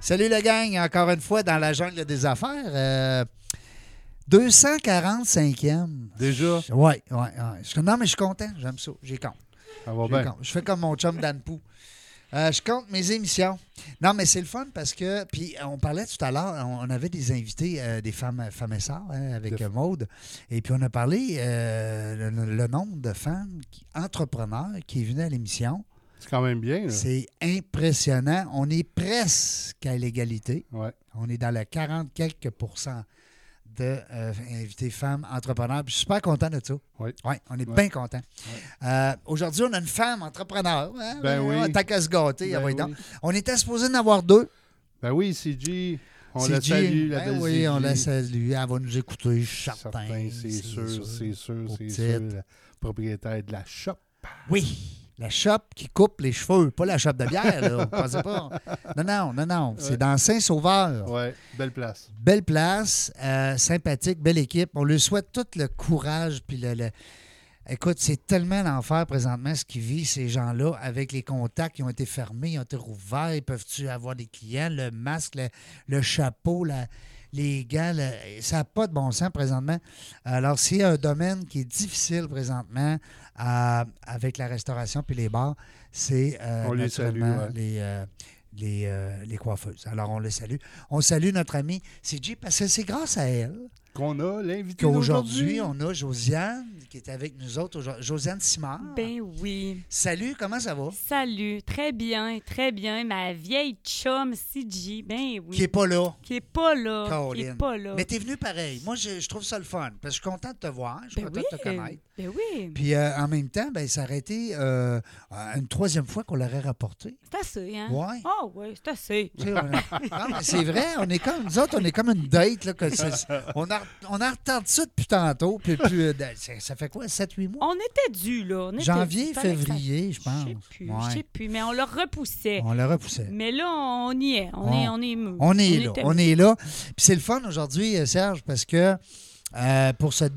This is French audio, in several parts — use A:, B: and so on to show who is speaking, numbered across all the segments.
A: Salut la gang, encore une fois dans la jungle des affaires. Euh, 245e.
B: Déjà,
A: Oui, ouais, ouais. Je- Non, mais je suis content, j'aime ça, j'ai compte.
B: ça va
A: J'ai
B: bien.
A: compte. Je fais comme mon chum Dan Pou. Euh, je compte mes émissions. Non, mais c'est le fun parce que. Puis, euh, on parlait tout à l'heure, on on avait des invités, euh, des femmes, femmes et sœurs, hein, avec
B: De-
A: euh, Maude. Et puis, on a parlé euh, le, le nombre de femmes qui- entrepreneurs qui venaient à l'émission.
B: C'est quand même bien. Là.
A: C'est impressionnant. On est presque à l'égalité.
B: Ouais.
A: On est dans le 40 quelques pourcents de euh, invités femmes entrepreneurs. Puis je suis super content de ça.
B: Oui.
A: on est
B: Ouais.
A: bien content. Euh, Aujourd'hui, on a une femme entrepreneur. hein?
B: Ben
A: Ouais,
B: oui.
A: T'as qu'à se gâter.
B: Ben
A: voyons donc.
B: oui.
A: On était supposé en avoir deux.
B: Ben oui, CG, on
A: C'est
B: la
A: J.
B: salue, la
A: Ben
B: belle
A: oui, on
B: CG.
A: la salue. Elle va nous écouter, je suis certain.
B: Certain, c'est sûr, c'est sûr,
A: Pour
B: c'est sûr.
A: petite.
B: La propriétaire de la shop.
A: Oui. La chope qui coupe les cheveux, pas la chope de bière, là. Pensez pas. Non, non, non, non. C'est
B: Ouais.
A: dans Saint-Sauveur.
B: Ouais, belle place.
A: Belle place, euh, sympathique, belle équipe. On lui souhaite tout le courage. Puis le, le- Écoute, c'est tellement l'enfer présentement ce qu'ils vivent, ces gens-là, avec les contacts qui ont été fermés, ils ont été rouverts. Ils peuvent-tu avoir des clients? Le masque, le, le chapeau, la- les gants, le- ça n'a pas de bon sens présentement. Alors, s'il y a un domaine qui est difficile présentement euh, avec la restauration puis les bars, c'est euh,
B: On les salue,
A: naturellement
B: ouais.
A: les, euh, les, euh, les coiffeuses. Alors, on les salue. On salue notre amie CJ parce que c'est grâce à elle
B: Qu'on a l'invité
A: qu'aujourd'hui,
B: d'aujourd'hui.
A: on a Josiane qui est avec nous autres. aujourd'hui. Josiane Simard.
C: Ben oui.
A: Salut, comment ça va?
C: Salut. Très bien, très bien. Ma vieille chum, CG. Ben oui.
A: Qui est pas là.
C: Qui est pas là. Qui
A: Caroline.
C: est pas là.
A: Mais t'es venu pareil. Moi, je, je trouve ça le fun. Parce que je suis content de te voir. Je suis
C: ben
A: content
C: oui.
A: de te connaître.
C: Ben oui.
A: Puis euh, en même temps, ben, ça aurait été euh, une troisième fois qu'on l'aurait rapporté.
C: C'est assez, hein?
A: Ouais.
C: Oh oui, c'est assez.
A: Tu sais, on a- Non, mais c'est vrai, on est comme nous autres, on est comme une date. Là, que c'est- on, a, on en retarde ça depuis tantôt. Puis, puis, euh, ça- ça fait quoi, 7-8 mois?
C: On était dû là. On était
A: Janvier,
C: dû. Fallait que ça-
A: février, je pense.
C: Je sais plus,
A: Ouais.
C: je sais plus. Mais on le repoussait.
A: On le repoussait.
C: Mais là, on y est. On, est,
A: On-
C: on est mou.
A: On est là,
C: était
A: on
C: mou.
A: est là. Puis c'est le fun aujourd'hui, euh, Serge, parce que euh, pour cette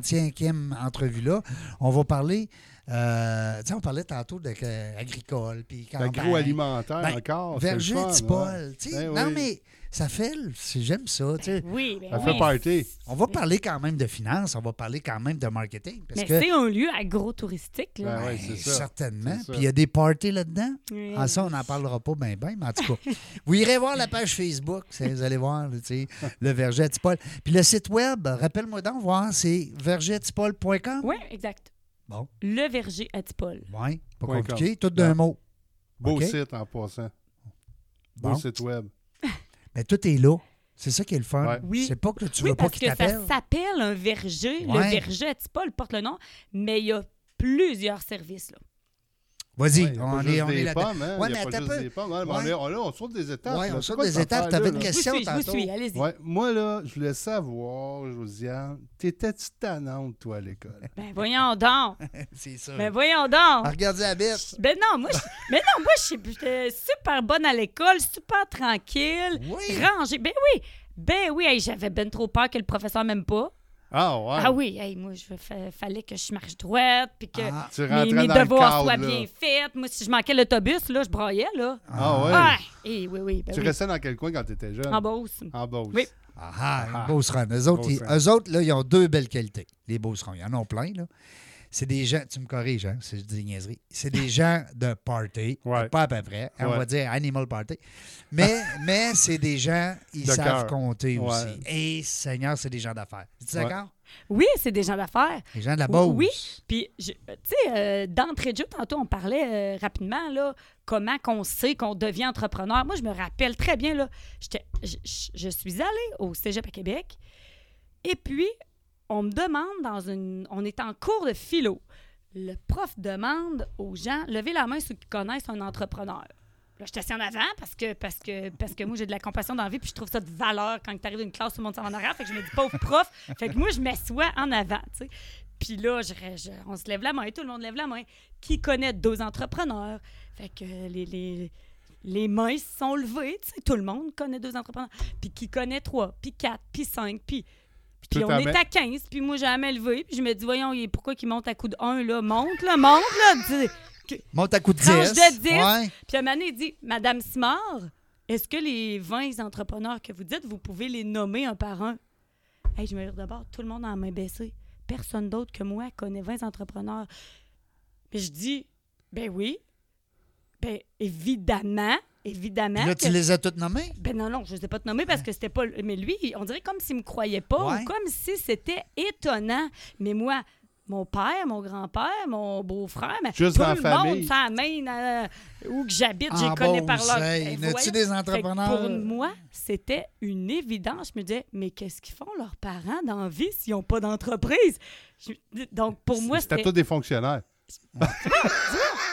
A: 245e entrevue-là, on va parler, euh, tu sais, on parlait tantôt de euh, agricole, puis campagne.
B: L'agroalimentaire
A: Ben,
B: Ben, encore. c'est le
A: Verger,
B: fun,
A: petit
B: ouais.
A: Paul, tu sais,
B: Ben
A: non
B: oui.
A: mais ça fait, le- c'est- j'aime ça, tu sais.
C: Oui, ben
B: Ça
C: oui.
B: fait party.
A: On va parler quand même de finances, on va parler quand même de marketing, parce
C: Mais
A: que
C: c'est un lieu agro-touristique, là.
B: Ben oui,
A: ben,
B: c'est ça.
A: certainement.
B: C'est ça.
A: Puis il y a des parties là-dedans.
C: Oui.
A: Ah, ça, on n'en parlera pas bien, bien, mais en tout cas, vous irez voir la page Facebook, c'est- vous allez voir, là, tu sais, le verger à Tipol. Puis le site web, rappelle-moi d'en voir, c'est vergertipol.com.
C: Oui, exact.
A: Bon,
C: Le verger à Tipol.
A: oui, pas
B: Point
A: compliqué, tout
B: Non.
A: d'un mot.
B: Beau
A: OK.
B: site en passant. Beau
A: Bon.
B: site web.
A: Mais tout est là. C'est ça qui est le fun.
B: Ouais.
C: Oui.
A: C'est pas que tu
C: oui,
A: veux pas
C: parce
A: qu'il
C: que
A: t'appelle.
C: ça s'appelle un verger.
A: Ouais.
C: Le verger à Tipol porte le nom, mais il y a plusieurs services. Là.
A: Vas-y,
B: Ouais, il y a pas
A: on,
B: juste
A: est, on
B: des
A: est là-dedans.
B: pommes, hein,
A: Ouais,
B: il y a
A: mais
B: pas
A: attends
B: juste
A: un peu.
B: des pommes, hein, mais
A: Ouais.
B: on, est- on, là, on saute des étapes.
A: Ouais,
B: là.
A: on
B: C'est
A: saute
B: quoi
A: des
B: cette
A: étapes,
B: affaire-là,
A: t'avais une
B: là?
C: Je vous
A: Question
C: suis, je vous
A: tantôt.
C: suis, allez-y.
B: Ouais, moi, là, je voulais savoir, Josiane, t'étais titanante, toi, à l'école.
C: Ben voyons donc.
A: C'est ça.
C: Ben voyons donc.
A: Ah, regardez la bête.
C: Ben non, moi, je, ben non, moi, je suis- j'étais super bonne à l'école, super tranquille,
A: Oui.
C: rangée. Ben oui, ben oui, hey, j'avais ben trop peur que le professeur m'aime pas.
B: Ah, ouais.
C: Ah oui, hey, moi, je fa- fallait que je marche droite, puis que
A: Ah.
B: Tu rentrais
C: mes, mes
B: dans le
C: devoirs
B: cadre,
C: soient
B: là.
C: bien faits. Moi, si je manquais l'autobus, là, je braillais, là.
B: Ah, ouais.
C: Ah, eh oui, oui, ben
B: Tu
C: oui.
B: restais dans quel coin quand t'étais jeune?
C: En Beauce.
B: En Beauce.
C: Oui.
A: Ah, ah,
B: Ah.
A: les Beaucerons. Eux autres, ils,
B: Beaucerons.
A: eux autres, là, ils ont deux belles qualités, les Beaucerons. Ils en ont plein, là. C'est des gens, tu me corriges, hein, c'est des niaiseries. C'est des gens de party,
B: Ouais.
A: pas à peu près. hein, On
B: Ouais.
A: va dire animal party. Mais, mais c'est des gens, ils
B: De
A: savent
B: cœur.
A: compter
B: Ouais.
A: aussi. Et Seigneur, c'est des gens d'affaires. Es-tu
B: Ouais.
A: d'accord?
C: Oui, c'est des gens d'affaires.
A: Les gens de la Beauce.
C: Oui, Puis, je- tu sais, euh, d'entrée de jeu, tantôt, on parlait euh, rapidement, là, comment qu'on sait qu'on devient entrepreneur. Moi, je me rappelle très bien, là, j'étais- je, je- je suis allée au Cégep à Québec, et puis, on me demande dans une... On est en cours de philo. Le prof demande aux gens, levez la main ceux qui connaissent un entrepreneur. Là, je suis assis en avant parce que, parce que, parce que moi, j'ai de la compassion dans la vie, puis je trouve ça de valeur quand tu arrives d'une classe, tout le monde s'en va en arrière. Fait que je me dis, pauvre prof, fait que moi, je m'assois en avant, tu sais. Puis là, je- je- on se lève la main, tout le monde lève la main. Qui connaît deux entrepreneurs? Fait que les, les, les mains se sont levées, tu sais. Tout le monde connaît deux entrepreneurs. Puis qui connaît trois, puis quatre, puis cinq, puis... Puis
B: tout
C: on
B: à
C: est
B: ma-
C: à 15, puis moi, j'ai jamais levé. Puis je me dis, voyons, il- pourquoi qu'il monte à coup de 1, là? Monte, là, monte, là! dis-
A: Monte à coup de 10.
C: Tranche de 10.
A: Ouais.
C: Puis à un moment donné, il dit Madame Simard, Est-ce que les 20 entrepreneurs que vous dites, vous pouvez les nommer un par un? Hey, je me dis d'abord, tout le monde a la main baissée. Personne d'autre que moi connaît 20 entrepreneurs. Mais je dis, ben oui, ben évidemment, évidemment.
A: Puis là,
C: que-
A: tu les as toutes nommées?
C: Ben non, non, je ne sais pas te nommer parce que c'était pas. le- Mais lui, il- on dirait comme s'il me croyait pas
A: Ouais.
C: ou comme si c'était étonnant. Mais moi, mon père, mon grand-père, mon beau-frère, mais
B: Juste
C: tout
B: dans la
C: le
B: famille.
C: monde, ça mène euh, où que j'habite, j'ai
A: Ah,
C: connu
A: bon,
C: par leur.
A: hey,
C: Ben,
A: n'as-tu
C: voyons.
A: des
C: Fait que
A: entrepreneurs?
C: Pour moi, c'était une évidence. Je me disais, mais qu'est-ce qu'ils font leurs parents dans la vie s'ils n'ont pas d'entreprise? Je- Donc, pour moi,
B: C'était
C: c'était.
B: tous des fonctionnaires.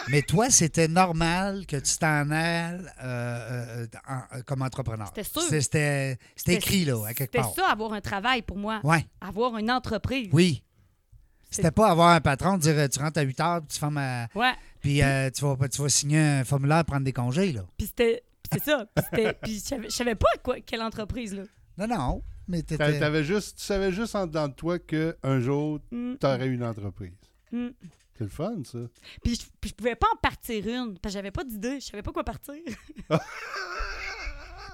A: Mais toi, c'était normal que tu t'en ailles euh, euh, en- euh, comme entrepreneur.
C: C'était sûr.
A: C'est- C'était c'était écrit, là, à quelque
C: C'était
A: part.
C: ça, avoir un travail pour moi.
A: Ouais,
C: Avoir une entreprise.
A: oui. C'était pas avoir un patron, dire euh, tu rentres à 8 heures, puis tu fermes à-
C: Ouais.
A: puis euh, tu, vas, tu vas signer un formulaire, prendre des congés, là.
C: Puis c'était. puis C'est ça. Puis c'était- Puis je savais- je savais pas quoi, quelle entreprise, là.
A: Non, non, mais
B: T'a-
A: t'étais...
B: t'avais juste, tu savais juste en dedans de toi qu'un jour,
C: Mm.
B: tu aurais une entreprise.
C: Mm.
B: C'est le fun, ça.
C: Puis je, puis je pouvais pas en partir une, parce que j'avais pas d'idée, je savais pas quoi partir.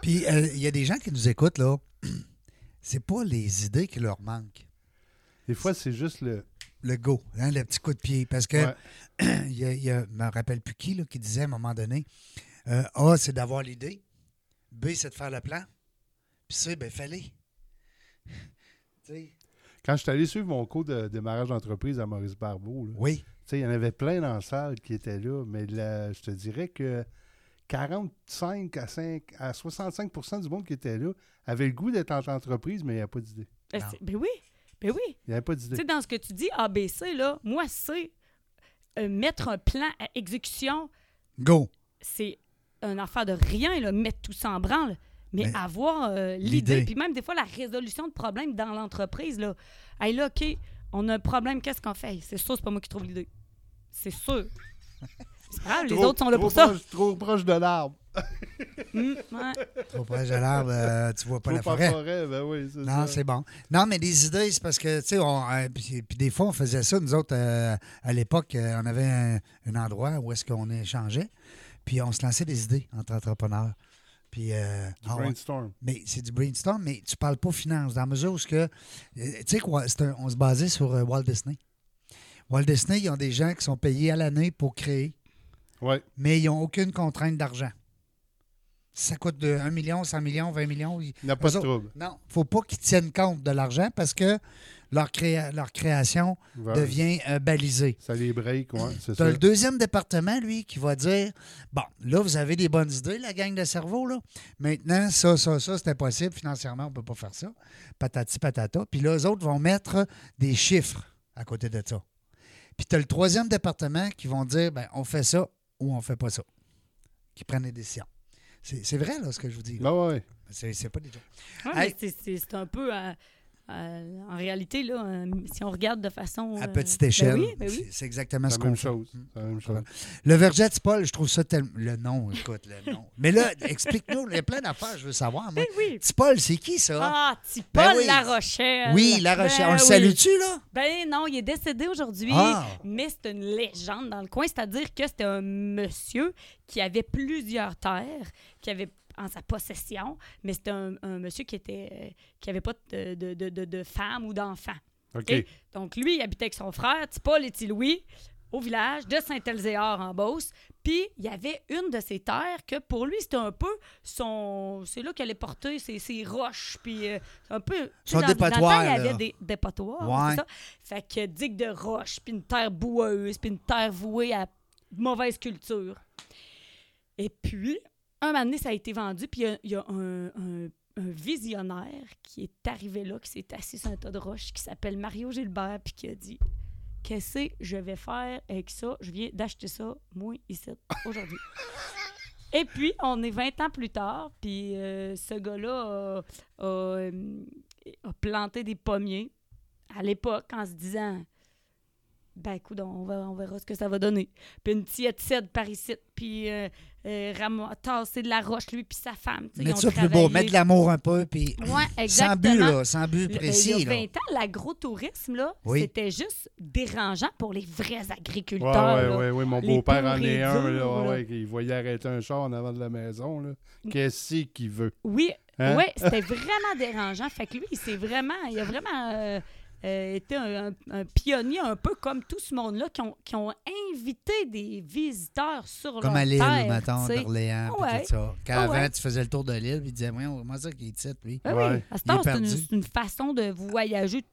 A: Puis euh, il y a des gens qui nous écoutent, là. C'est pas les idées qui leur manquent.
B: Des fois, c'est juste le.
A: Le go, hein, le petit coup de pied. Parce que
B: Ouais.
A: il y a, il y a- je me rappelle plus qui, là, qui disait à un moment donné euh, A, c'est d'avoir l'idée. B, c'est de faire le plan. Puis C, ben, fallait. Tu sais,
B: Quand je suis allé suivre mon cours de démarrage d'entreprise à Maurice Barbeau, là,
A: oui.
B: tu sais, il y en avait plein dans la salle qui étaient là, mais là, je te dirais que 45 à, 5, à 65 du monde qui était là avait le goût d'être en entreprise, mais il n'y avait pas d'idée.
C: Ben, c'est- ben oui, ben oui.
B: Il n'y avait pas
C: Tu
B: d'idée.
C: sais, dans ce que tu dis, ABC, là, moi, c'est euh, mettre un plan à exécution,
A: Go.
C: c'est un affaire de rien, là, mettre tout ça en branle. Mais,
A: Mais
C: avoir euh,
A: l'idée.
C: l'idée, puis même des fois la résolution de problèmes dans l'entreprise, là. Hey, là, OK, on a un problème, qu'est-ce qu'on fait? C'est sûr, c'est pas moi qui trouve l'idée. C'est sûr. C'est pas grave, les
B: Trop-
C: autres sont là
B: trop
C: pour ça.
B: proche- trop proche de l'arbre.
C: Mm, ouais.
A: Trop proche de l'arbre, euh, tu vois pas
B: Trop
A: la forêt.
B: forêt, ben oui, c'est
A: Non,
B: ça.
A: c'est bon. Non, mais des idées, c'est parce que, tu sais, on- euh, puis, puis des fois, on faisait ça. Nous autres, euh, à l'époque, euh, on avait un, un endroit où est-ce qu'on échangeait. Puis on se lançait des idées entre entrepreneurs. Puis, euh,
B: Du
A: ah ouais.
B: brainstorm.
A: Mais c'est du brainstorm, mais tu parles pas finance, dans la mesure où ce que. euh, Tu sais quoi, c'est un- on se basait sur euh, Walt Disney. Walt Disney, ils ont des gens qui sont payés à l'année pour créer,
B: Ouais.
A: mais ils n'ont aucune contrainte d'argent. Ça coûte de 1 million, 100 millions, 20 millions. ils-
B: Il n'y a pas
A: Eux
B: de
A: autres-
B: trouble.
A: Non, faut pas qu'ils tiennent compte de l'argent parce que leur, créa- leur création
B: Ouais.
A: devient euh, balisée.
B: Ça les break, ouais, c'est
A: Tu
B: ça.
A: le deuxième département, lui, qui va dire Bon, là, vous avez des bonnes idées, la gang de cerveau, là. Maintenant, ça, ça, ça, c'est impossible. Financièrement, on ne peut pas faire ça. Patati patata. Puis là, eux autres vont mettre des chiffres à côté de ça. Puis tu as le troisième département qui vont dire ben, on fait ça ou on fait pas ça. Qui prennent des décisions. C'est c'est vrai, là, ce que je vous dis. là.
B: Ben ouais.
A: C'est c'est pas des jokes.
C: Ouais,
A: Hey.
C: mais c'est- c'est c'est un peu, euh, euh, en réalité, là, euh, si on regarde de façon...
A: À
C: euh,
A: petite
C: ben
A: échelle,
C: oui, ben oui.
A: c'est- c'est exactement
B: C'est
A: ce
B: la
A: qu'on
B: même
A: fait.
B: chose. C'est la même chose.
A: Le Vergette Paul, je trouve ça tellement. Le nom, écoute, le nom. Mais là, explique-nous, il y a plein d'affaires, je veux savoir. moi.
C: Ben oui.
A: Petit Paul, c'est qui ça?
C: Ah, petit
A: Ben
C: Paul
A: oui.
C: La Rochelle.
A: oui, La Rochelle.
C: Ben
A: On le
C: oui.
A: salue-tu, là?
C: Ben non, il est décédé aujourd'hui,
A: Ah.
C: mais c'est une légende dans le coin. C'est-à-dire que c'était un monsieur qui avait plusieurs terres, qui avait en sa possession, mais c'était un, un monsieur qui était euh, qui avait pas de, de, de- de- de femme ou d'enfant.
B: OK.
C: Donc, lui, il habitait avec son frère, petit Paul et petit Louis, au village de Saint-Elzéar en Beauce. Puis, il y avait une de ses terres que pour lui, c'était un peu son. C'est là qu'elle est portée, ses, ses roches. Puis, euh, un peu. tu sais,
A: Son
C: dans- dans le temps,
A: dépotoir,
C: il y
A: là.
C: avait des dépotoirs.
A: Ouais.
C: c'est ça. Fait que digue de roches, puis une terre boueuse, puis une terre vouée à mauvaise culture. Et puis, un moment donné, ça a été vendu, puis il y a- il y a, un, un- un visionnaire qui est arrivé là, qui s'est assis sur un tas de roches, qui s'appelle Mario Gilbert, puis qui a dit Qu'est-ce que je vais faire avec ça Je viens d'acheter ça, moi, ici, aujourd'hui. Et puis, on est 20 ans plus tard, puis euh, ce gars-là a, a, euh, a planté des pommiers à l'époque en se disant Ben, écoute, on, va, on verra ce que ça va donner. Puis une petite cède par ici, puis euh, euh, ramo- tasser de la roche, lui, puis sa femme. tu sais, ils
A: Mettre
C: ont
A: ça plus beau,
C: travaillé.
A: mettre de l'amour un peu, puis
C: Ouais,
A: sans but,
C: exactement.
A: là, sans but
C: Le- ben,
A: précis.
C: Il y
A: là.
C: a 20 ans, l'agrotourisme, là,
A: Oui.
C: c'était juste dérangeant pour les vrais
B: Oui,
C: agriculteurs.
B: oui,
C: là.
B: oui, mon
C: Les
B: beau-père
C: pauvres
B: en est
C: et
B: un,
C: durs,
B: là, ouais,
C: là.
B: ouais, il voyait arrêter un char en avant de la maison. là. Qu'est-ce qu'il veut?
C: Oui,
B: Hein?
C: Mm. ouais, c'était vraiment dérangeant. Fait que lui, il s'est vraiment, il a vraiment euh, euh, été un, un- un pionnier un peu comme tout ce monde-là qui ont, qui ont invité des visiteurs sur
A: Comme
C: leur
A: à Lille,
C: terre.
A: mettons,
C: tu sais.
A: d'Orléans, puis
C: Ouais.
A: tout ça. Quand
C: Ah
A: avant,
C: ouais.
A: tu faisais le tour de l'île, puis tu disais, voyons, comment ça qu'il est titre, lui?
C: Ah
B: Ouais.
C: oui, à ce
A: Il
C: temps,
A: est
C: c'est une,
A: perdu.
C: c'est une façon de voyager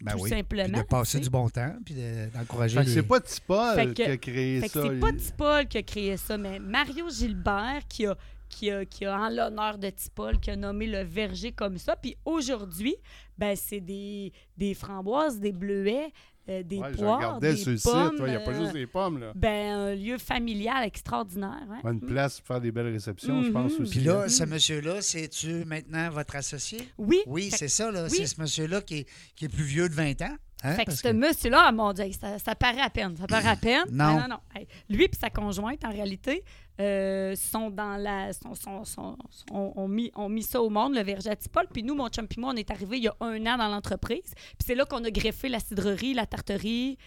A: Ben
C: tout
A: oui. Puis
C: simplement.
A: de passer
C: tu sais.
A: du bon temps, puis de- d'encourager
B: Fait que Ben, c'est
A: les-
B: pas Tipol
C: Fait que-
B: qui a créé
C: Fait que
B: ça.
C: c'est pas
B: il-
C: Tipol qui a créé ça, mais Mario Gilbert qui a, qui a, qui a en l'honneur de Tipol, qui a nommé le verger comme ça. Puis aujourd'hui, ben, c'est des, des framboises, des bleuets, euh, des
B: Ouais, je
C: poires,
B: regardais
C: des
B: sur le site, ouais,
C: pommes.
B: il n'y a pas
C: euh,
B: juste des pommes. là.
C: ben, un lieu familial extraordinaire. hein.
B: Ouais, Une place pour faire des belles réceptions, je pense
C: Mhm.
B: aussi.
A: Puis là,
B: hein.
A: ce monsieur-là, c'est-tu maintenant votre associé?
C: Oui,
A: Oui,
C: Fait-
A: c'est ça, là.
C: oui.
A: C'est ce monsieur-là qui est, qui est plus vieux de 20 ans. hein,
C: Fait que
A: parce
C: ce monsieur-là, ah, mon Dieu, ça, ça paraît à peine. Ça paraît à peine.
A: Non.
C: Ah, non, non. Hey, Lui et sa conjointe, en réalité, euh, sont dans la. Sont, sont- sont- sont- ont, ont mis, ont mis ça au monde, le verger à Tipol. Puis nous, mon chum et moi, on est arrivés il y a un an dans l'entreprise. Puis c'est là qu'on a greffé la cidrerie, la tarterie.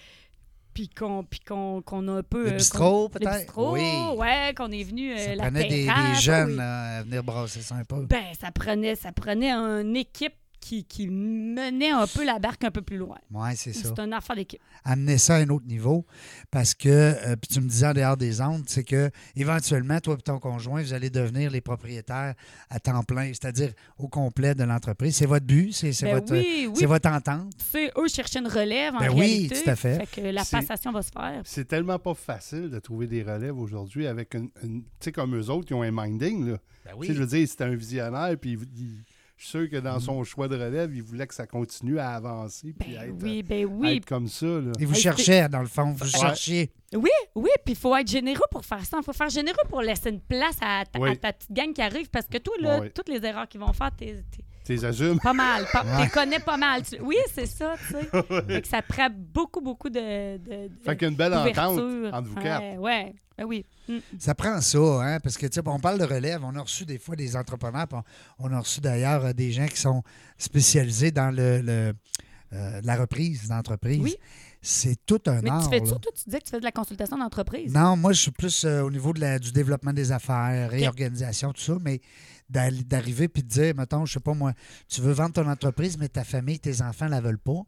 C: Puis qu'on puis qu'on- qu'on a un peu.
A: Le
C: euh,
A: bistrot,
C: qu'on-
A: peut-être?
C: Le bistrot,
A: Oui.
C: ouais, qu'on est venu. euh,
A: ça
C: la
A: prenait des, des
C: terrasse,
A: jeunes
C: oui.
A: là, à venir brasser ça un peu.
C: Ben, ça prenait, ça prenait une équipe qui, qui menait un peu la barque un peu plus loin.
A: Oui, c'est ça.
C: Ben, C'est un affaire d'équipe.
A: Amener ça à un autre niveau. Parce que, euh, puis tu me disais en dehors des ondes, c'est que éventuellement, toi et ton conjoint, vous allez devenir les propriétaires à temps plein, c'est-à-dire au complet de l'entreprise. C'est votre but, c'est c'est
C: Ben
A: votre,
B: euh,
C: oui,
A: c'est
C: oui.
A: votre entente.
C: Tu sais, eux cherchaient une relève en
A: Ben oui,
C: réalité.
A: tout à fait.
C: que la
B: C'est-
C: passation va se faire.
B: C'est tellement pas facile de trouver des relèves aujourd'hui avec une. une- tu sais, comme eux autres, ils ont un minding. Là.
C: Ben
B: Tu sais, Je veux dire, c'était un visionnaire, puis il- il- je suis sûr que dans son choix de relève, il voulait que ça continue à avancer, puis
C: Mm-hmm. Ben
B: être, euh,
C: oui, ben oui.
B: être comme ça. Là.
A: Et vous
C: Hey,
A: cherchez, dans le fond, vous cherchez.
C: Oui, puis il faut être généreux pour faire ça. Il faut faire généreux pour laisser une place à ta,
B: Oui.
C: à ta petite gang qui arrive. Parce que toi, là,
B: Ouais.
C: toutes les erreurs qu'ils vont faire, t'es t'es
B: Tu les assumes.
C: pas mal. pas-
A: Ouais.
C: T'es connais pas mal. Tu- Oui, c'est ça, tu sais. Fait que ça prend beaucoup, beaucoup de. de, de
B: Fait qu'une belle entente
C: d'ouverture.
B: entre vous quatre.
C: ouais, ouais. Ben oui. Mm.
A: Ça prend ça, hein, parce que, tu sais, on parle de relève. On a reçu des fois des entrepreneurs, puis on, on a reçu d'ailleurs euh, des gens qui sont spécialisés dans le, le, euh, la reprise d'entreprise.
C: Oui.
A: C'est tout un
C: Mais
A: art.
C: tu fais
A: là.
C: tout, toi, tu disais que tu fais de la consultation d'entreprise.
A: Non, moi, je suis plus euh, au niveau de la- du développement des affaires,
C: Ok.
A: réorganisation, tout ça, mais d'all- d'arriver puis de dire, mettons, je sais pas moi, tu veux vendre ton entreprise, mais ta famille, tes enfants la veulent pas,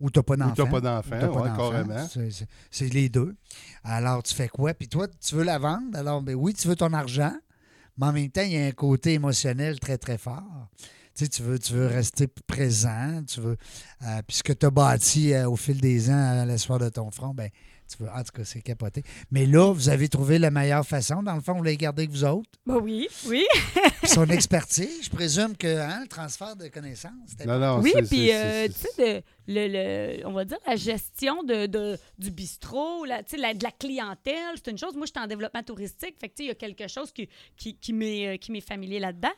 A: ou t'as pas
B: Ou
A: d'enfants.
B: t'as pas
A: Ou
B: d'enfant,
A: t'as pas
B: Ben ouais,
A: d'enfants.
B: carrément.
A: C'est- c'est- C'est les deux. Alors, tu fais quoi? Puis toi, tu veux la vendre. Alors, ben oui, tu veux ton argent, mais en même temps, il y a un côté émotionnel très, très fort. Tu sais, tu veux, tu veux rester présent, tu veux. euh, puis ce que tu as bâti euh, au fil des ans à la soirée de ton front, ben tu veux. En tout cas, c'est capoté. Mais là, vous avez trouvé la meilleure façon. Dans le fond, vous l'avez gardé que vous autres.
C: Ben oui, oui.
A: Puis son expertise, je présume que hein, le transfert de connaissances, c'était
B: Non, non,
C: Oui,
B: c'est-
C: puis,
B: c'est-
C: euh,
B: c'est-
C: tu sais, de- le, le- on va dire la gestion de, de- du bistrot, la, tu sais, la- de la clientèle, c'est une chose. Moi, je suis en développement touristique, fait que, tu sais, il y a quelque chose qui, qui, qui m'est euh, qui m'est familier là-dedans.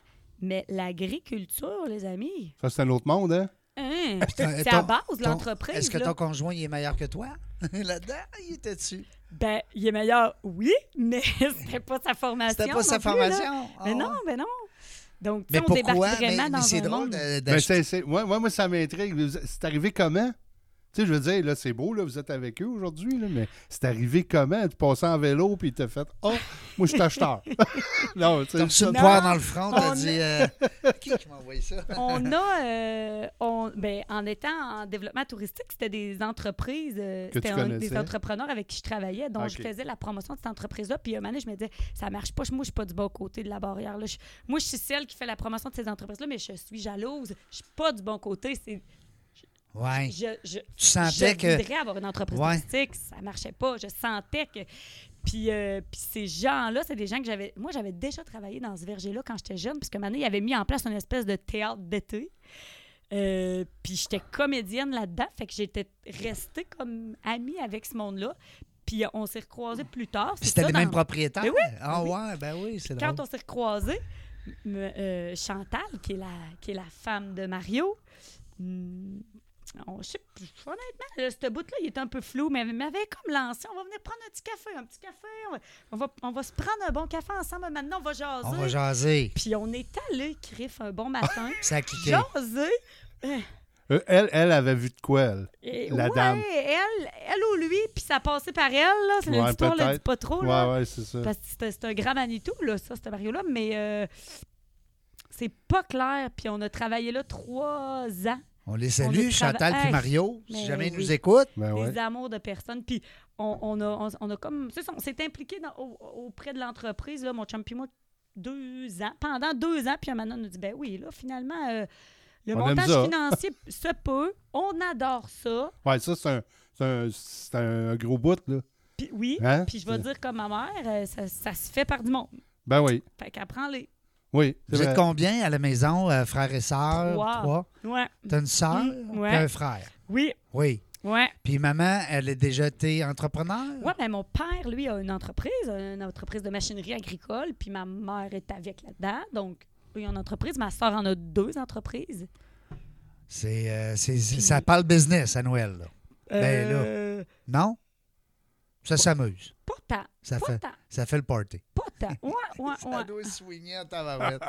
C: Mais l'agriculture, les amis,
B: Ça, c'est un autre monde, hein?
C: hein,
A: ton-
C: c'est
A: Ah, ton-
C: à base,
A: ton-
C: l'entreprise.
A: Est-ce que
C: là.
A: ton conjoint il est meilleur que toi? Là-dedans, il était dessus.
C: Ben, il est meilleur, oui, mais c'était pas sa formation.
A: C'était pas sa
C: non plus, là.
A: formation. Ah
C: mais
A: ouais.
C: non, mais non. Donc, tu
A: Mais
C: sais, on débarque
A: pourquoi? Ben,
C: vraiment
A: Mais,
C: dans
A: mais c'est
C: un
A: drôle
C: monde.
A: de-
B: Ben,
A: d'acheter.
B: c'est- c'est- ouais, ouais, moi, ça m'intrigue. Vous- C'est arrivé comment? Tu sais, je veux dire, là, c'est beau, là, vous êtes avec eux aujourd'hui, là, mais c'est arrivé comment? Tu passais en vélo, puis t'as fait « Oh, moi, je suis acheteur. » Non, tu
A: T'as
B: sais,
A: reçu une
C: Non.
A: poire dans le front, t'as
C: On-
A: dit euh, Qui qui m'a envoyé ça?
C: on a, euh, on, ben, en étant en développement touristique, c'était des entreprises, euh,
B: Que tu
C: c'était un- des
B: connaissais.
C: entrepreneurs avec qui je travaillais, dont
B: Ok.
C: je faisais la promotion de cette entreprise-là. Puis un moment donné, je me disais, ça marche pas, moi, je suis pas du bon côté de la barrière. là. Je- moi, je suis celle qui fait la promotion de ces entreprises-là, mais je suis jalouse. Je suis pas du bon côté. C'est,
A: Ouais.
C: je, je,
A: Tu sentais
C: je
A: que.
C: voudrais avoir une entreprise
A: Ouais.
C: touristique, ça marchait pas. Je sentais que. Puis, euh, puis ces gens-là, c'est des gens que j'avais. Moi, j'avais déjà travaillé dans ce verger-là quand j'étais jeune, puisque maintenant, il avait mis en place une espèce de théâtre d'été. Euh, puis j'étais comédienne là-dedans, fait que j'étais restée comme amie avec ce monde-là. Puis euh, on s'est recroisés plus tard.
A: Puis
C: c'est
A: c'était
C: ça,
A: les mêmes
C: dans-
A: propriétaires.
C: Ben
A: Ah
C: oui.
A: ouais, ben oui, c'est drôle.
C: quand on s'est recroisés, m- euh, Chantal, qui est, la, qui est la femme de Mario, mm, on, je sais, honnêtement, là, ce bout-là, il est un peu flou, mais il m'avait comme lancé. On va venir prendre un petit café, un petit café. On va, on va, on va se prendre un bon café ensemble. Maintenant, on va jaser.
A: On va jaser.
C: Puis on est allé, Criff, un
B: Ah,
C: bon matin.
A: Ça a cliqué.
C: jaser. Euh,
B: Euh, Elle, elle avait vu de quoi, elle?
C: et-
B: La
C: ouais,
B: dame.
C: Elle, elle ou lui, puis ça passait par elle. Là. C'est-
B: Ouais,
C: L'histoire ne le dit
B: peut-être.
C: pas trop. Oh là.
B: Ouais, ouais, c'est ça.
C: Parce que c'était- c'est un grand Manitou, là, ça, ce Mario-là, mais euh, c'est pas clair. Puis on a travaillé là trois ans,
A: On les
C: On
A: salue,
C: les trava-
A: Chantal puis
C: Hey,
A: Mario, si
C: mais
A: jamais ils
C: oui.
A: nous écoutent.
B: Ben ouais.
C: des amours de personnes. Puis on, on a, on, on a comme. c'est ça, on s'est impliqué dans- au- auprès de l'entreprise, là, mon chum puis moi, deux ans, pendant deux ans. Puis un moment, on a dit, ben oui, là, finalement, euh, le
B: On aime ça.
C: montage financier se peut. On adore ça.
B: Ouais, ça, c'est un, c'est un, c'est un gros bout, là.
C: Puis oui.
B: Hein?
C: Puis je vais dire comme ma mère, euh, ça, ça se fait par du monde.
B: Ben oui.
C: Fait qu'apprends-les.
B: Oui. c'est
A: Vous êtes
B: vrai.
A: combien à la maison, euh, frères et sœurs?
C: Trois. Ouais.
A: T'as une sœur
C: Mm, ouais.
A: puis un frère.
C: Oui.
A: Oui.
C: Ouais.
A: Puis maman, elle a déjà été entrepreneur?
C: Oui, mais ben, mon père, lui, a une entreprise, une entreprise de machinerie agricole, puis ma mère est avec là-dedans. Donc, lui, a une entreprise. Ma soeur en a deux entreprises.
A: C'est, euh, c'est- c'est- ça parle business à Noël, là. Ben là.
C: Euh,
A: Non? Ça s'amuse.
C: Pas tant.
A: Ça
C: pas
A: fait,
C: tant.
A: ça fait le party.
C: Pas tant. Ouais, ouais, ouais.
A: doit swinguer en tabarouette.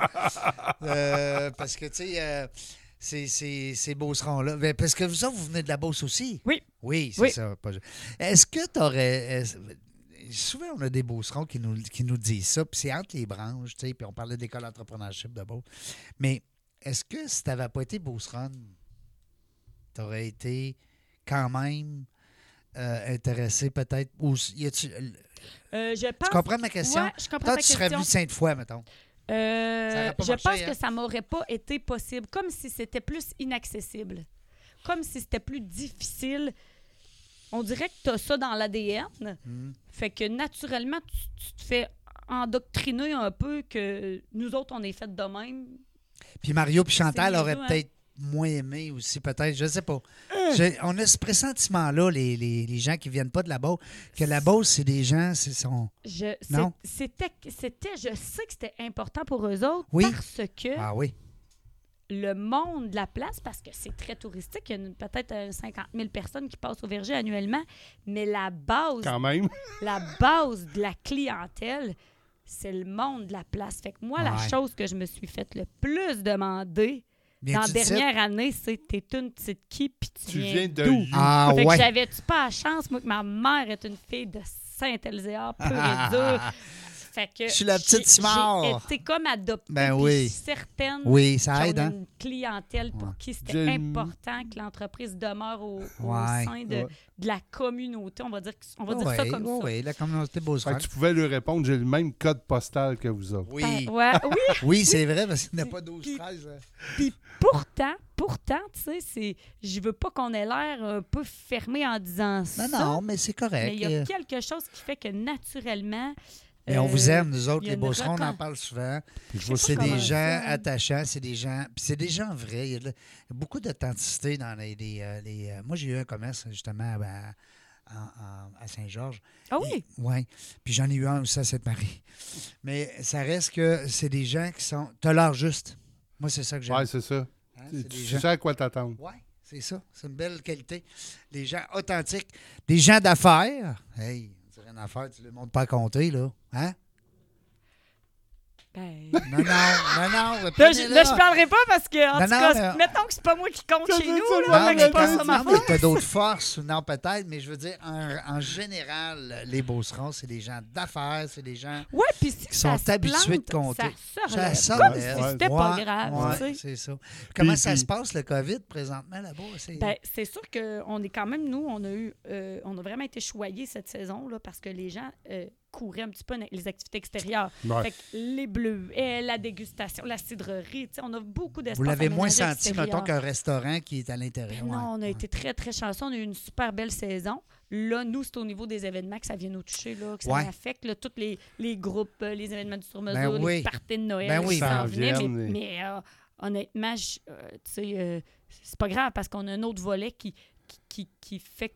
A: Euh, parce que, tu sais, euh, ces, ces, ces beaucerons-là. Ben, parce que vous autres, vous venez de la Beauce aussi.
C: Oui.
A: Oui, c'est
C: Oui.
A: ça. pas- Est-ce que tu aurais. souvent, on a des beaucerons qui nous, qui nous disent ça, puis c'est entre les branches, tu sais, puis on parlait de l'école d'entrepreneurship de Beauce. Mais est-ce que si tu n'avais pas été beauceronne, tu aurais été quand même euh, intéressé peut-être? Ou s- y a-tu-
C: Euh, je pense.
A: tu comprends ma question?
C: Ouais, je comprends
A: Peut-être
C: ta
A: tu serais
C: question.
A: venu cinq fois, mettons.
C: Euh,
A: Ça aurait pas
C: je
A: marché,
C: pense
A: hein?
C: que ça m'aurait pas été possible, comme si c'était plus inaccessible, comme si c'était plus difficile. On dirait que tu as ça dans l'ADN.
A: Mhm.
C: Fait que naturellement, tu, tu te fais endoctriner un peu que nous autres, on est fait de même.
A: Puis Mario puis Chantal
C: les
A: auraient
C: deux, hein.
A: peut-être moins aimé aussi, peut-être, je sais pas. Je- on a ce pressentiment-là, les, les- les gens qui viennent pas de la Beauce, que la Beauce, c'est des gens, c'est son...
C: Je, c'est-
A: Non.
C: C'était, c'était, je sais que c'était important pour eux autres
A: Oui.
C: parce que
A: Ah oui,
C: le monde de la place, parce que c'est très touristique, il y a une- peut-être euh, 50 000 personnes qui passent au verger annuellement, mais la base
B: Quand même.
C: la base de la clientèle, c'est le monde de la place. Fait que moi, la
A: Ouais.
C: chose que je me suis faite le plus demander
A: bien
C: dans
A: tu
C: la
A: dis ça?
C: dernière année, c'est t'es une petite qui, puis tu,
B: Tu
C: viens
B: viens de
C: d'où?
B: You.
A: Ah
C: fait que
A: ouais,
C: j'avais-tu pas la chance, moi, que ma mère est une fille de Saint-Elzéar, pure et dure. Fait que
A: Je suis la petite
C: j'ai- j'ai
A: Simard.
C: été comme adoptée.
A: Ben
C: puis
A: oui.
C: je suis certaine
A: oui,
C: qu'on
A: ça
C: a
A: aide, hein?
C: une clientèle pour
A: Ouais.
C: qui c'était
B: J'ai-
C: important que l'entreprise demeure au, au
A: Ouais.
C: sein de,
B: Ouais.
C: de la communauté. On va dire, que- on va dire ça
A: Ah Ouais,
C: comme
A: ouais,
C: ça.
A: ouais, la communauté beauce
B: Fait que tu pouvais lui répondre, j'ai le même code postal que vous autres.
A: Oui,
C: Ben, Ouais, oui,
A: oui c'est vrai, parce qu'il n'y en a pas 12-13. hein.
C: Puis pourtant, pourtant, tu sais, c'est, je veux pas qu'on ait l'air un peu fermé en disant ça.
A: Non, non, mais c'est
C: Mais
A: correct. euh.
C: il y a quelque chose qui fait que naturellement.
A: Mais on
C: euh,
A: vous aime, nous autres,
C: il y a
A: les
C: une
A: beaucerons, on en
C: recon-
A: parle souvent.
B: Je vois
A: C'est
C: comment
A: des
C: ça.
A: gens attachants, c'est des gens. Puis c'est des gens vrais. Il y a de- beaucoup d'authenticité dans les. les, euh, les, euh, moi, j'ai eu un commerce, justement, à, à- en- en- à Saint-Georges.
C: Ah oui.
A: Oui. Puis j'en ai eu un aussi à Sainte-Marie. Mais ça reste que c'est des gens qui sont. T'as l'heure juste. Moi, c'est ça que j'aime.
B: Ouais, c'est ça.
A: Hein,
B: Tu
A: c'est des
B: tu
A: gens.
B: sais à quoi t'attendre.
A: Oui, c'est ça. C'est une belle qualité. Des gens authentiques, des gens d'affaires. Hey, on dirait une affaire, tu ne le montres pas à compter, là. Hein?
C: Ben,
A: Non, non, non, non.
C: là, je,
A: prenez-la.
C: là, je parlerai pas parce que, en
A: Non,
C: tout
A: non,
C: cas,
A: mais-
C: mettons que c'est pas moi qui compte
B: Je
C: chez
B: veux
C: nous,
B: dire,
C: là,
A: Non,
C: fait que
A: mais
C: c'est pas
A: quand-
C: ça ma
A: non,
C: faute.
A: mais t'as d'autres forces, non, peut-être, mais je veux dire, en, en général, les Beaucerons, c'est des gens d'affaires, c'est des gens.
C: Ouais, puis si
A: Ils
C: ça
A: sont
C: se
A: habitués de
C: plante,
A: compter.
C: Ça
A: sort,
C: sort, comme
A: mais-
C: si
B: ouais,
C: c'était pas
A: Ouais,
C: grave,
A: ouais,
C: tu sais.
A: c'est ça. Comment
B: Puis-
A: ça
B: puis-
A: se passe, le COVID, présentement, là-bas? C'est-
C: Ben, c'est sûr qu'on est quand même, nous, on a eu, euh, on a vraiment été choyés cette saison là, parce que les gens euh, couraient un petit peu na- les activités extérieures.
B: Ouais.
C: Fait que les bleus, et la dégustation, la cidrerie, tu sais, on a beaucoup d'espace.
A: Vous l'avez moins
C: aménagé
A: senti,
C: extérieur.
A: mettons, qu'un restaurant qui est à l'intérieur.
C: Ben non,
A: Ouais,
C: on a
A: ouais.
C: été très, très chanceux. On a eu une super belle saison. Là, nous, c'est au niveau des événements que ça vient nous toucher, là, que ça
A: Ouais.
C: affecte là, tous les, les groupes, euh, les événements du sur-mesure,
A: Ben oui.
C: les parties de Noël
A: Ben oui,
C: qui
A: ben-
C: s'en venaient.
B: Viennent,
C: Mais,
B: les-
C: mais, euh, honnêtement, je- euh, tu sais, euh, c'est pas grave parce qu'on a un autre volet qui, qui, qui- qui fait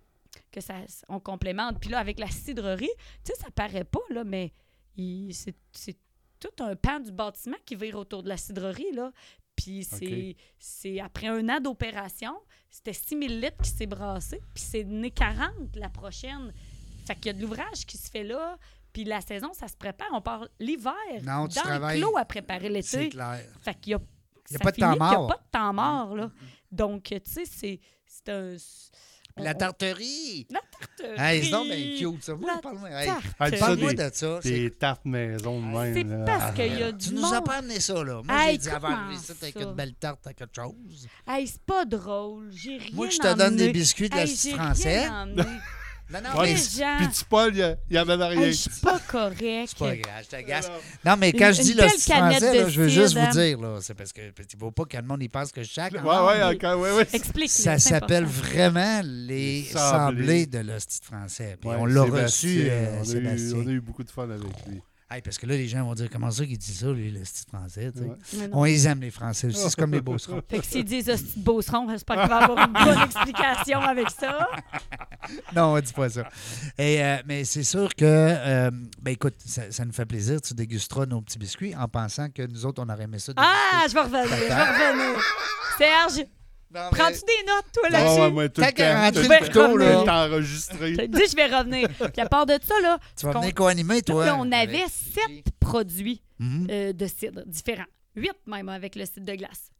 C: que ça on complémente. Puis là, avec la cidrerie, tu sais, ça paraît pas, là, mais il- c'est c'est tout un pan du bâtiment qui vire autour de la cidrerie, là. Puis c'est
B: OK.
C: c'est après un an d'opération, c'était 6 000 litres qui s'est brassé, puis c'est né 40 la prochaine. Fait qu'il y a de l'ouvrage qui se fait là, puis la saison, ça se prépare. On part l'hiver
A: Non,
C: dans
A: tu
C: le
A: travailles.
C: clos à préparer
A: C'est
C: l'été.
A: clair.
C: Fait qu'il y a,
A: Il y a
C: ça
A: pas de
C: finit
A: temps
C: qu'il y a
A: mort. Hum,
C: pas de temps mort, là. Donc, tu sais, c'est, c'est un... on-
A: La
C: on-
A: tarterie!
C: tarterie.
A: Hey, c'est donc bien cute, ça. Moi,
C: euh, La
A: parle-moi hey,
C: tarterie.
B: Ah, ça,
A: parle-moi de
B: des-
A: ça. c'est-
B: Des tartes maison de même.
C: C'est
B: là.
C: parce
B: Ah,
C: qu'il y a du
A: Tu nous as
C: monde.
A: pas amené ça, là. Moi,
C: Hey,
A: j'ai dit avant
C: comment
A: de ça, avec
C: ça?
A: une belle tarte à quelque chose.
C: Hey, c'est pas drôle. J'ai rien
A: Moi, que je te donne des
C: emmené.
A: biscuits de la
C: Hey,
A: Suisse
C: j'ai
A: française.
C: rien emmené.
A: Non, non,
B: Ouais,
A: mais
C: Les
A: c'est
B: puis-
C: gens.
B: Puis tu Paul, il y a- il y avait de rien.
C: Hey, je suis pas correct.
A: pas grave, je t'agace. Non, mais
C: Une-
A: quand je dis
C: une
A: le
C: belle
A: Suisse
C: canette
A: français,
C: de
A: là, je veux juste
C: cidre,
A: vous
C: hein.
A: dire, là, c'est parce que ne faut pas que le monde y pense que chaque.
B: Ouais,
A: en-
B: ouais, encore, ouais, ouais.
C: Explique.
A: Ça s'appelle vraiment les
B: Les
A: semblés
B: sablés.
A: de l'hostie de français. Puis
B: Ouais,
A: on l'a
B: Sébastien,
A: reçu, euh,
B: on, a eu,
A: Sébastien.
B: on a eu beaucoup de fun avec lui.
A: Hey, parce que là, les gens vont dire comment ça qu'il dit ça, lui, l'hostie de français. tu sais.
B: Ouais.
C: Ah
A: On les aime, les Français aussi. C'est comme les beaucerons.
C: Fait que s'ils disent hostie de beauceron, j'espère qu'il va avoir une bonne explication avec ça.
A: Non, on dit pas ça. Et, euh, mais c'est sûr que, euh, ben écoute, ça, ça nous fait plaisir. Tu dégusteras nos petits biscuits en pensant que nous autres, on aurait aimé ça.
C: Ah, je vais revenir, je vais revenir. Serge, prends-tu des notes, toi,
B: Ah ouais,
C: là-dessus?
B: moi, tout
A: T'as
B: le
A: qu'à
B: temps,
A: rentrer
B: tout
C: le
B: le
C: couteau,
B: temps,
C: là.
B: t'es enregistré.
C: Je te dis, je vais revenir. Puis à part de ça, là,
A: tu vas
C: qu'on-
A: venir co-animer, toi.
C: là, on
A: avec
C: avait
A: Gigi.
C: sept produits
A: Mhm.
C: euh, de cidre différents. Huit même avec le cidre de glace.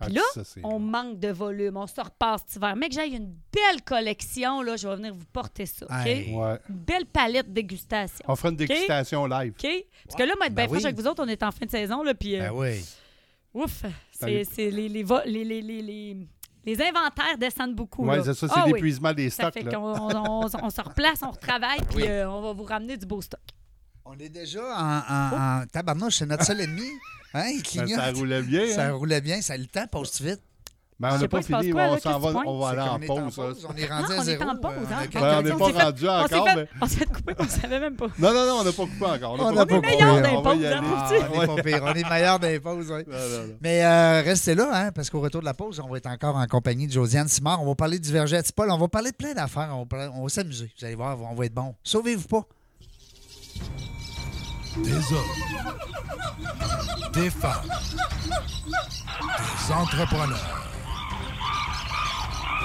B: Ah,
C: Puis là,
B: ça, c'est-
C: On manque de volume, on se repasse cet hiver. Mec, j'ai une belle collection, là, je vais venir vous porter ça, OK?
A: Hey.
B: Ouais.
C: Une belle palette de dégustation.
B: On fera une dégustation live.
C: OK? Parce que là, moi, être
A: Ben
C: bien franche
A: oui.
C: avec vous autres, on est en fin de saison, là, puis euh,
A: Ben oui.
C: ouf, c'est
B: les-
C: c'est les, les, va- les, les, les, les- les inventaires descendent beaucoup.
B: Ouais,
C: là.
B: c'est ça, c'est
C: Ah oui.
B: l'épuisement des
C: Ça
B: stocks.
C: fait
B: là.
C: qu'on on, on- on se replace, on retravaille, puis
A: Oui.
C: euh, on va vous ramener du beau stock.
A: On est déjà
C: Oh.
A: en, en, en tabarnouche, c'est notre seul ennemi. Hein, il
B: Ben,
A: clignote.
B: ça roulait bien. hein.
A: Ça roulait bien, ça le temps, passe-tu vite.
B: Mais
C: Je
B: on
C: sais
B: n'a
C: pas,
B: pas
C: il se passe
B: fini,
C: quoi,
B: on
C: là,
B: s'en
C: qu'est-ce
B: va,
C: que tu
B: on va aller en
A: Comme on est
B: pause. hein. là.
A: On est rendu
C: Ah,
A: à
C: on est
A: zéro.
C: en pause,
A: euh, on a
C: hein?
A: quelques-
B: Ouais, on n'est
C: On
B: pas
C: s'est fait-
B: rendu
C: on s'est
B: encore,
C: fait,
B: mais...
C: on s'est fait couper, on savait même pas.
B: Non, non, non, on n'a pas coupé encore.
A: On
B: On
A: n'a pas
B: n'a pas
A: coupé.
B: coupé.
A: On est
B: On va y
C: meilleurs
B: aller.
C: dans
A: Ah, on est pas pire, on est meilleur des pauses, oui.
B: Non, non, non.
A: Mais euh, restez là, hein, parce qu'au retour de la pause, on va être encore en compagnie de Josiane Simard. On va parler du verger à Tipol. On va parler de plein d'affaires. On va, parler- on va s'amuser. Vous allez voir, on va être bon. Sauvez-vous pas.
D: des hommes, des femmes, des entrepreneurs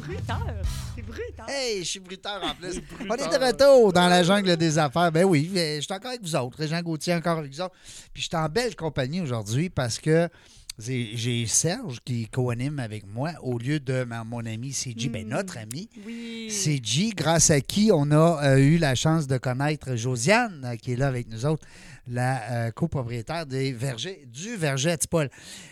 C: Bruteur, c'est bruteur.
A: Hey, je suis bruteur en plus. on est de retour dans la jungle des affaires. Ben oui, euh, je suis encore avec vous autres. Jean Gauthier encore avec vous autres. Puis je suis en belle compagnie aujourd'hui parce que j'ai j'ai Serge qui co-anime avec moi au lieu de ma- mon ami CJ, ben notre ami.
C: Oui.
A: CJ, grâce à qui on a euh, eu la chance de connaître Josiane, euh, qui est là avec nous autres, la euh, copropriétaire des vergers, du verger à Tipol.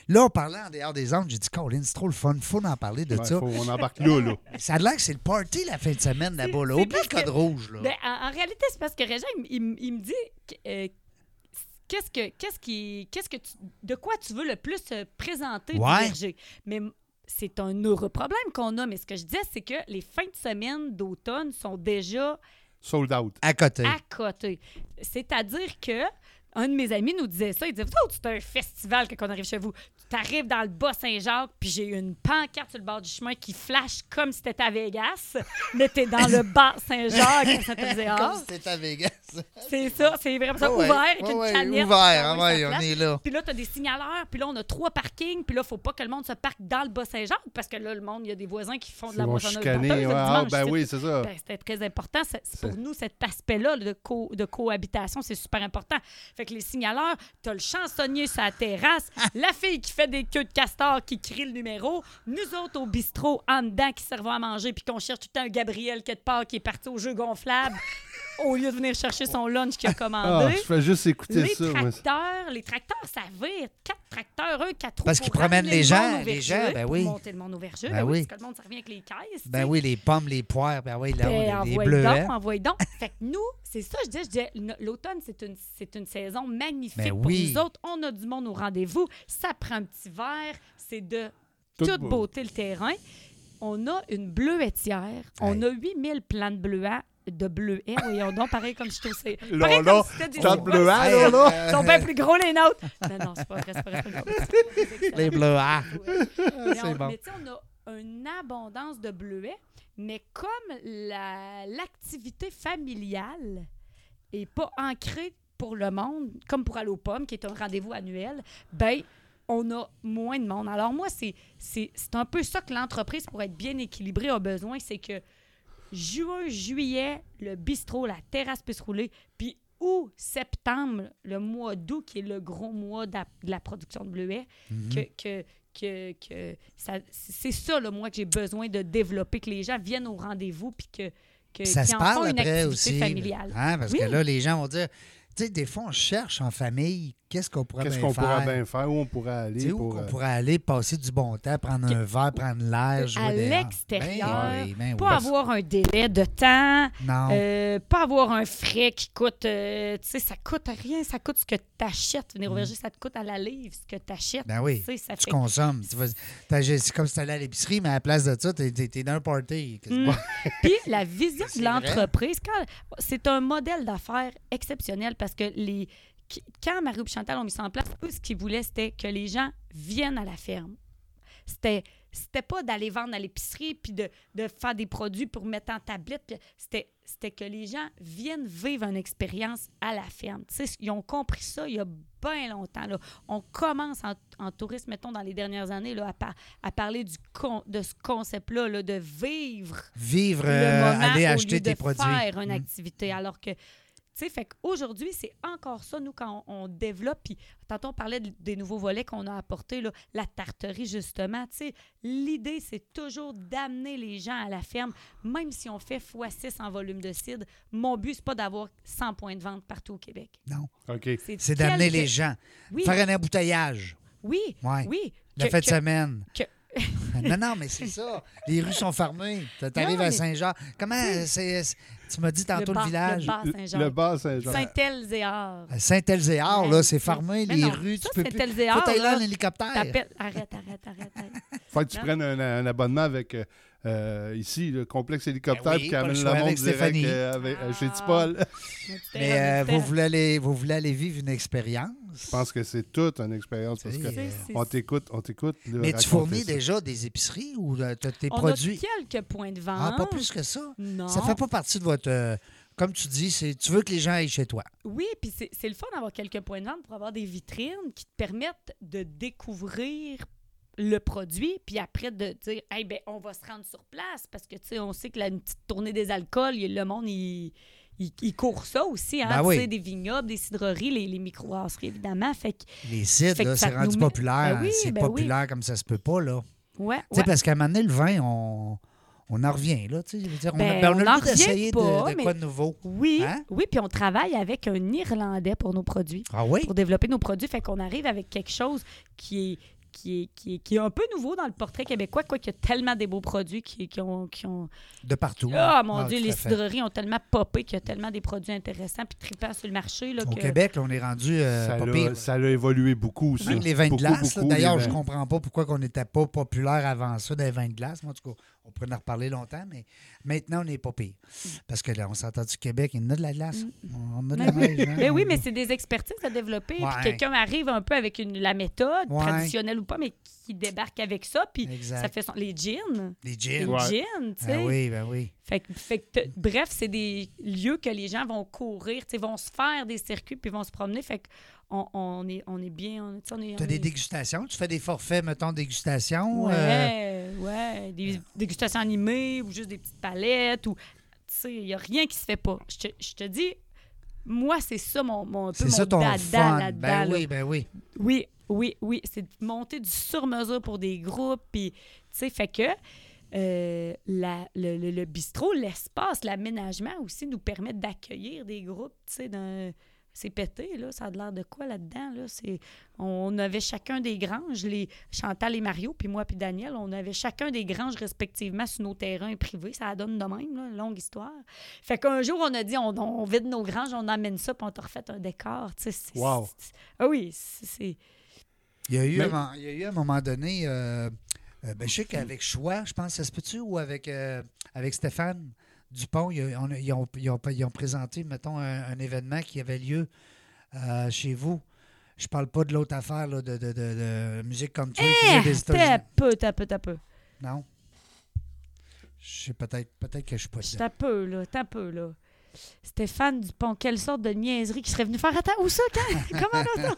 A: Là, en parlant en dehors des angles, j'ai dit, Colin, c'est trop le fun, faut en parler de
B: Ouais,
A: ça.
B: faut- On embarque là, là.
A: Ça a l'air que c'est le party la fin de semaine là-bas. Là.
C: c'est
A: Oublie le
C: parce
A: code
C: que-
A: rouge. Là.
C: Ben, en, en réalité, c'est parce que Régent, il, il m- il me dit que, euh, qu'est-ce que qu'est-ce qui qu'est-ce que tu, de quoi tu veux le plus euh, présenter du
A: Ouais.
C: verger. Mais m- c'est un heureux problème qu'on a. Mais ce que je disais, c'est que les fins de semaine d'automne sont déjà
B: Sold out.
A: À côté.
C: à côté. C'est-à-dire que un de mes amis nous disait ça. Il disait Oh, c'est un festival que qu'on arrive chez vous. Tu t'arrives dans le Bas-Saint-Jacques, puis j'ai une pancarte sur le bord du chemin qui flash comme si t'étais à Vegas, mais t'es dans le Bas-Saint-Jacques à Saint-Eustache.
A: Comme si c'était à Vegas.
C: Ah, C'est ça, c'est vraiment ça,
A: Ouais,
C: ouvert avec
A: ouais,
C: une
A: ouais,
C: canette.
A: Ouvert,
C: Ah
A: ah
C: oui,
A: ouais,
C: ça
A: on
C: place.
A: est là.
C: Puis là, t'as des signaleurs, puis là, on a trois parkings, puis là, faut pas que le monde se parque dans le Bas-Saint-Jacques, parce que là, le monde, il y a des voisins qui font de
B: Ils
C: la
B: vont
C: moissonneuse
B: chicaner.
C: porteuse le
B: ouais, ah,
C: dimanche,
B: ben
C: tu sais.
B: oui, c'est
A: Euh.
B: ça.
C: Ben, C'était très important. C'est- c'est pour
B: C'est-
C: nous, cet aspect-là de, co- de cohabitation, c'est super important. Fait que les signaleurs, t'as le chansonnier sur la terrasse, la fille qui fait des queues de castor qui crie le numéro, nous autres au bistrot en dedans qui servons à manger puis qu'on cherche tout le temps un Gabriel quelque part qui est parti au jeu gonflable. au lieu de venir chercher son lunch qu'il a
B: Ah,
C: commandé.
B: je fais juste écouter
C: les
B: ça. moi.
C: tracteurs, les tracteurs, ça vire. Quatre tracteurs, un, quatre roues.
A: Parce qu'ils
C: pour
A: promènent
C: ramener
A: les
C: le
A: gens,
C: monde au
A: les
C: verger,
A: gens, ben
C: pour
A: oui.
C: monter le monde au verger,
A: Ben
C: ben
A: oui.
C: oui. Parce que le monde, ça revient avec les caisses.
A: Ben
C: tu sais.
A: oui, les pommes, les poires, ben oui, là,
C: Ben,
A: on a des
C: envoie
A: bleus. hein.
C: donc, envoie donc. Fait que nous, c'est ça, je disais, je disais, no- l'automne, c'est une, c'est une saison magnifique
A: Ben
C: pour
A: oui.
C: nous autres. On a du monde au rendez-vous, ça prend un petit verre, c'est de
B: Toute
C: toute,
B: beau-
C: beauté le terrain. On a une bleuetière, on a 8000 plants de bleuets, de bleuets, voyons donc, pareil comme je suis au
B: Là, là, tant de bleuets, là, là.
C: Ils sont
A: euh,
C: bien plus gros les nôtres. Non, non, c'est pas vrai, c'est pas vrai. c'est pas vrai, c'est pas vrai.
A: Les bleus, ah.
C: Mais
A: C'est
C: on-
A: bon.
C: mais tu sais, on a une abondance de bleuets, mais comme la- l'activité familiale n'est pas ancrée pour le monde, comme pour Allo Pomme, qui est un rendez-vous annuel, ben on a moins de monde. Alors moi, c'est c'est c'est un peu ça que l'entreprise, pour être bien équilibrée, a besoin, c'est que juin, juillet, le bistrot, la terrasse peut se rouler, puis août, septembre, le mois d'août, qui est le gros mois d'a- de la production de bleuets,
A: Mhm.
C: que, que, que, que ça- c'est ça, le moi, que j'ai besoin de développer, que les gens viennent au rendez-vous, puis que, que
A: Ça
C: qu'ils
A: se
C: en font
A: parle
C: une
A: après
C: activité
A: aussi.
C: familiale.
A: hein, parce
C: Oui.
A: que là, les gens vont dire, tu sais, des fois, on cherche en famille, qu'est-ce qu'on pourrait
B: Qu'est-ce
A: bien
B: qu'on pourra
A: faire?
B: bien faire? Où on pourrait
A: Tu sais,
B: aller?
A: où
B: pour,
A: qu'on
B: euh,
A: pourrait aller passer du bon temps, prendre un verre, prendre l'air, jouer
C: à
A: dehors.
C: l'extérieur,
A: ah, Ben oui, ben oui.
C: Pas avoir un délai de temps,
A: Non.
C: euh, pas avoir un frais qui coûte, euh, tu sais, ça coûte rien, ça coûte ce que tu achètes. Venir au verger, ça te coûte à la livre, ce que t'achètes,
A: Mm. Ben oui,
C: tu sais, ça
A: tu
C: fait-
A: consommes. Tu vas- t'as- c'est comme si tu allais à l'épicerie, mais à la place de ça, t'es es, dans un party.
C: hmm. Mm.
A: quasiment.
C: Puis la vision
A: C'est
C: de
A: vrai.
C: l'entreprise, quand- c'est un modèle d'affaires exceptionnel parce que les qui- quand Marie et Chantal ont mis ça en place, eux, ce qu'ils voulaient, c'était que les gens viennent à la ferme. C'était c'était pas d'aller vendre à l'épicerie puis de, de faire des produits pour mettre en tablette. puis C'était c'était que les gens viennent vivre une expérience à la ferme. Tu sais, ils ont compris ça il y a bien longtemps. là. On commence en, en tourisme, mettons, dans les dernières années, là, à, par- à parler du con- de ce concept-là, là, de vivre
A: Vivre,
C: le
A: euh,
C: moment
A: aller
C: au
A: acheter
C: lieu
A: tes
C: de
A: produits.
C: faire une
A: Mm.
C: activité. Alors que, tu sais, fait qu'aujourd'hui, c'est encore ça, nous, quand on, on développe. Puis, tantôt, on parlait de- des nouveaux volets qu'on a apportés, là, la tarterie, justement. Tu sais, l'idée, c'est toujours d'amener les gens à la ferme, même si on fait x6 en volume de cidre. Mon but, c'est pas d'avoir 100 points de vente partout au Québec.
B: OK.
A: C'est d'amener
C: quelques-
A: les gens.
C: Oui,
A: Faire un embouteillage.
C: oui,
A: Ouais.
C: oui.
A: La
C: Que-
A: fin de
C: que-
A: semaine. Ben, non, non, mais c'est ça. Les rues sont fermées. T'as- T'arrives
C: Non,
A: à
C: mais-
A: Saint-Jacques. Comment c'est- c'est- tu m'as dit tantôt le,
C: bar-
A: village?
C: bar Saint-Jean.
B: Le bas Saint-Jean.
C: Saint-Elzéar.
A: À Saint-Elzéar, là, c'est fermé,
C: Mais
A: les
C: non,
A: rues,
C: ça,
A: tu peux plus.
C: Saint-Elzéar,
A: Faut aller
C: là,
A: en hélicoptère.
C: T'appelles- Arrête, arrête, arrête. arrête.
B: Faut que tu
C: Non.
B: prennes un, un abonnement avec euh, euh, ici, le complexe hélicoptère,
A: Ben oui,
B: puis qui
A: pas le
B: amène
A: choix
B: le monde
A: avec
B: direct
A: Stéphanie.
B: euh, avec- euh, chez
C: Ah.
B: Tipol.
C: Mais tu t'es
A: Mais
C: rendu
A: euh,
C: tellement-
A: vous, voulez aller, vous voulez aller vivre une expérience.
B: Je pense que c'est toute une expérience parce que
A: C'est-
C: Tu sais, c'est-
B: on t'écoute, on t'écoute. là,
A: Mais
B: raconter
A: tu fournis
B: ça.
A: déjà des épiceries ou euh, t'as tes
C: on
A: produits?
C: a quelques points de vente.
A: Ah, pas plus que ça.
C: Non.
A: Ça fait pas partie de votre. euh, comme tu dis, c'est tu veux que les gens aillent chez toi.
C: Oui, puis c'est c'est le fun d'avoir quelques points de vente pour avoir des vitrines qui te permettent de découvrir le produit, puis après de dire, hey, ben, on va se rendre sur place parce que, tu sais, on sait que la une petite tournée des alcools, il- le monde, il, il, il court ça aussi, hein,
A: Ben
C: tu
A: oui.
C: sais, des vignobles, des cidreries, les, les microbrasseries, évidemment. Fait que,
A: Les sites,
C: Fait que
A: là,
C: ça
A: c'est rendu
C: nous met-
A: populaire.
C: Ben oui,
A: c'est
C: ben oui.
A: populaire comme ça se peut pas, là.
C: ouais,
A: Tu sais,
C: ouais.
A: Parce qu'à un moment donné, le vin, on, on en revient, là. tu sais, je veux dire, on, a-
C: Ben,
A: ben, on a
C: on en
A: le goût d'essayer
C: revient
A: de,
C: pas,
A: de
C: mais-
A: quoi de nouveau.
C: Oui,
A: Hein?
C: oui, puis on travaille avec un Irlandais pour nos produits.
A: Ah oui?
C: pour développer nos produits. Fait qu'on arrive avec quelque chose qui est, qui est, qui est, qui est un peu nouveau dans le portrait québécois, quoi qu'il y a tellement des beaux produits qui, qui ont... qui ont-
A: De partout.
C: Ah, mon
A: Ah,
C: Dieu,
A: tout
C: les
A: à fait.
C: cidreries ont tellement popé qu'il y a tellement des produits intéressants puis tripants sur le marché. Là,
A: Au
C: que-
A: Québec, là, on est rendu euh,
B: Ça
A: pas
B: l'a-
A: pire.
B: Ça a évolué beaucoup, ça.
A: Même les vins de
B: Beaucoup,
A: glace, là,
B: beaucoup,
A: d'ailleurs,
B: les
A: je
B: vins.
A: comprends pas pourquoi on n'était pas populaire avant ça des vins de glace. Moi, en tout cas, on pourrait en reparler longtemps, mais maintenant, on n'est pas pire. Parce que là, on s'entend du Québec, il y en a de la glace. On on a de la neige. hein.
C: Ben oui, mais c'est des expertises à développer.
A: Ouais.
C: Puis quelqu'un arrive un peu avec une, la méthode,
A: Ouais.
C: traditionnelle ou pas, mais qui débarque avec ça. Puis
A: Exact.
C: ça fait son- les jeans.
A: Les
C: Les
A: gins.
B: Ouais.
C: jeans, tu sais.
A: Ben oui, ben oui.
C: Fait que, fait que t- bref, c'est des lieux que les gens vont courir, tu sais, vont se faire des circuits puis vont se promener. Fait qu'on on est, on est bien. On, tu sais, on est,
A: Tu as
C: on
A: des
C: est-
A: dégustations. Tu fais des forfaits, mettons, dégustation.
C: Ouais,
A: euh,
C: ouais, des dégustations animées ou juste des petites palettes. ou Tu sais, il n'y a rien qui se fait pas. Je te, je te dis, moi, c'est ça mon, mon, un peu
A: C'est
C: mon
A: ça ton
C: dada
A: fun.
C: là-dedans,
A: Ben
C: là.
A: oui, ben oui.
C: Oui, oui, oui. C'est de monter du sur-mesure pour des groupes. Puis, tu sais, fait que euh, la- le, le- le bistrot, l'espace, l'aménagement aussi nous permettent d'accueillir des groupes, tu sais, d'un- C'est pété, là. Ça a l'air de quoi là-dedans? Là? C'est- On avait chacun des granges, les Chantal et Mario, puis moi puis Daniel, on avait chacun des granges respectivement sur nos terrains privés. Ça donne de même, là, longue histoire. Fait qu'un jour, on a dit, on, on vide nos granges, on amène ça, puis on te refait un décor. tu sais, c'est-
B: Wow.
C: c'est- Ah oui, c'est- c'est...
A: Il y a eu,
B: Mais-
A: un moment- il y a eu à un moment donné, euh, euh, ben, je sais qu'avec Choix, je pense, ça se peut-tu, ou avec, euh, avec Stéphane Dupont, il y a- on a- ils, ont, ils ont- ils ont présenté, mettons, un, un événement qui avait lieu euh, chez vous. Je parle pas de l'autre affaire, là, de, de- de- de musique comme tu des
C: T'as
A: États-Unis.
C: peu, t'as peu, t'as peu.
A: Non? Je sais peut-être peut-être que je suis pas dedans.
C: T'as peu, là, t'as peu, là. Stéphane Dupont, quelle sorte de niaiserie qui serait venu faire attends où ça quand comment là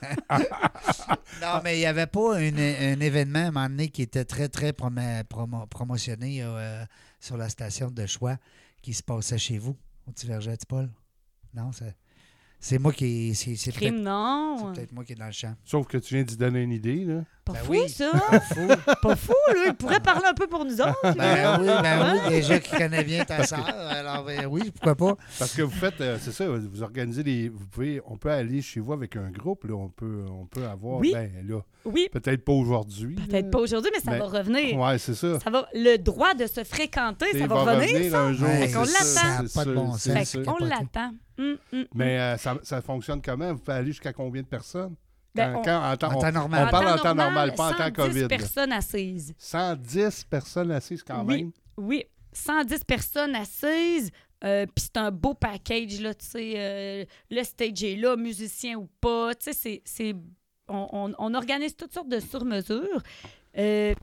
A: Non, mais il n'y avait pas un, un événement à un moment donné qui était très, très promo- promo- promotionné euh, sur la station de choix qui se passait chez vous, au Tivergette, Paul? Non, c'est- c'est moi qui. C'est c'est
C: crime
A: peut-être
C: non
A: c'est peut-être moi qui est dans le champ.
B: Sauf que tu viens d'y donner une idée, là.
C: pas
A: Ben
C: fou
A: oui.
C: ça
A: Pas fou.
C: pas fou là il pourrait parler un peu pour nous autres
A: Oh,
C: là.
A: Ben oui, ben
C: Ah!
A: oui, déjà qui connaît bien ta sœur, alors ben oui, pourquoi pas?
B: Parce que vous faites, euh, c'est ça, vous organisez des. Vous pouvez, on peut aller chez vous avec un groupe, là. On peut, on peut avoir.
C: Oui.
B: Ben, là,
C: oui
B: peut-être pas aujourd'hui.
C: peut-être pas aujourd'hui mais ça
B: Mais-
C: va revenir
B: Ouais, c'est ça.
C: ça va le droit de se fréquenter ça
B: Il
C: va, revenir, ça
B: un jour.
A: Ouais,
B: c'est
C: qu'on
B: ça,
C: l'attend.
B: c'est
A: Ça a pas de
B: sûr,
A: bon
B: c'est
A: sens.
C: Fait
B: sûr.
C: qu'on
A: capoté.
C: l'attend Hum, hum, hum.
B: Mais euh, ça, ça fonctionne comment? Vous pouvez aller jusqu'à combien de personnes?
C: Ben,
B: Quand-
C: on-
B: quand- en temps-
A: En temps
B: on- on
C: Ah!
A: normal.
B: parle en temps normal, pas en temps
C: 110
B: COVID, là.
C: personnes assises
B: 110 personnes assises quand
C: Oui.
B: même.
C: Oui, 110 personnes assises. euh, Puis c'est un beau package, là, tu sais. euh, le stage est là, musicien ou pas. Tu sais, c'est- c'est. On, on- on organise toutes sortes de sur-mesures. Euh,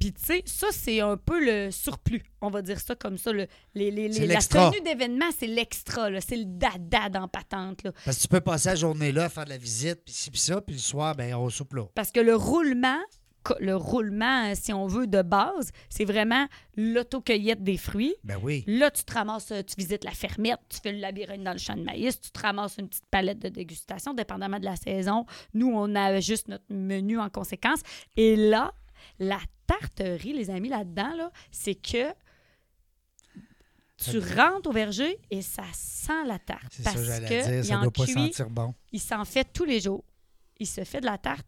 C: Puis, tu sais, ça, c'est un peu le surplus. On va dire ça comme ça. le- les, les- les-
A: C'est
C: la
A: l'extra.
C: tenue d'événement, c'est l'extra, là. C'est le dada dans patente, là.
A: Parce que tu peux passer la journée là, faire de la visite, puis ci, puis ça, puis le soir, ben on soupe là.
C: Parce que le roulement, co- le roulement, euh, si on veut, de base, c'est vraiment l'autocueillette des fruits.
A: Ben oui.
C: Là, tu te ramasses, euh, tu visites la fermette, tu fais le labyrinthe dans le champ de maïs, tu te ramasses une petite palette de dégustation, dépendamment de la saison. Nous, on a juste notre menu en conséquence. Et là, la tarterie, les amis, là-dedans, là, c'est que tu rentres au verger et ça sent la tarte.
A: C'est ça que
C: Parce
A: j'allais
C: que
A: dire,
C: il
A: ça
C: en
A: doit pas
C: cuit,
A: sentir bon.
C: il s'en fait tous les jours. Il se fait de la tarte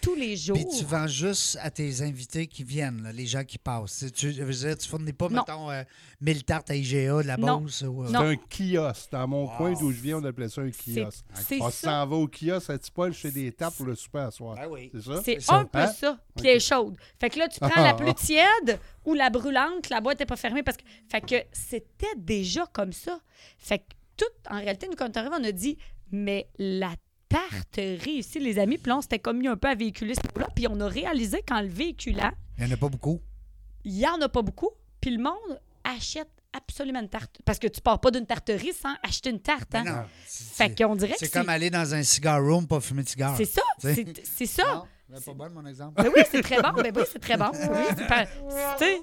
C: tous les jours.
A: Puis tu vends juste à tes invités qui viennent, là, les gens qui passent. Tu- Tu, je veux dire, tu fournis pas,
C: Non.
A: mettons, euh, 1000 tartes à IGA de la
C: Non.
A: Beauce. ou, euh,
B: C'est
C: Non.
B: un kiosque. Dans mon coin d'où je viens, on appelait ça un
C: C'est-
B: kiosque.
C: c'est
B: On
C: ça.
B: s'en va au kiosque à Tipol chez des tapes pour le souper à soir.
A: Ben oui.
B: C'est ça?
C: C'est
A: ça.
C: un peu
B: Hein?
C: ça. Puis elle est chaude. Fait que là, tu
A: Ah,
C: prends la plus tiède ou la brûlante, la boîte n'est pas fermée. Parce que... Fait que c'était déjà comme ça. Fait que tout, en réalité, nous, quand on est arrivé, on a dit, mais la tarterie ici, les amis, puis là, on s'était comme mis un peu à véhiculer ce là Puis on a réalisé qu'en le véhiculant,
A: Il n'y en a pas beaucoup.
C: il n'y en a pas beaucoup. Puis le monde achète absolument une tarte. Parce que tu pars pas d'une tarterie sans acheter une tarte. Hein?
A: Mais non, c'est-
C: Fait qu'on dirait que
A: C'est
C: c'est...
A: comme aller dans un cigar room pas fumer de cigare.
C: C'est ça,
A: Tu sais.
C: c'est c'est ça.
A: Non, mais pas bon, mon exemple.
C: Ben oui, c'est très bon. Ben oui, c'est très bon. Oui, c'est pas... Tu sais,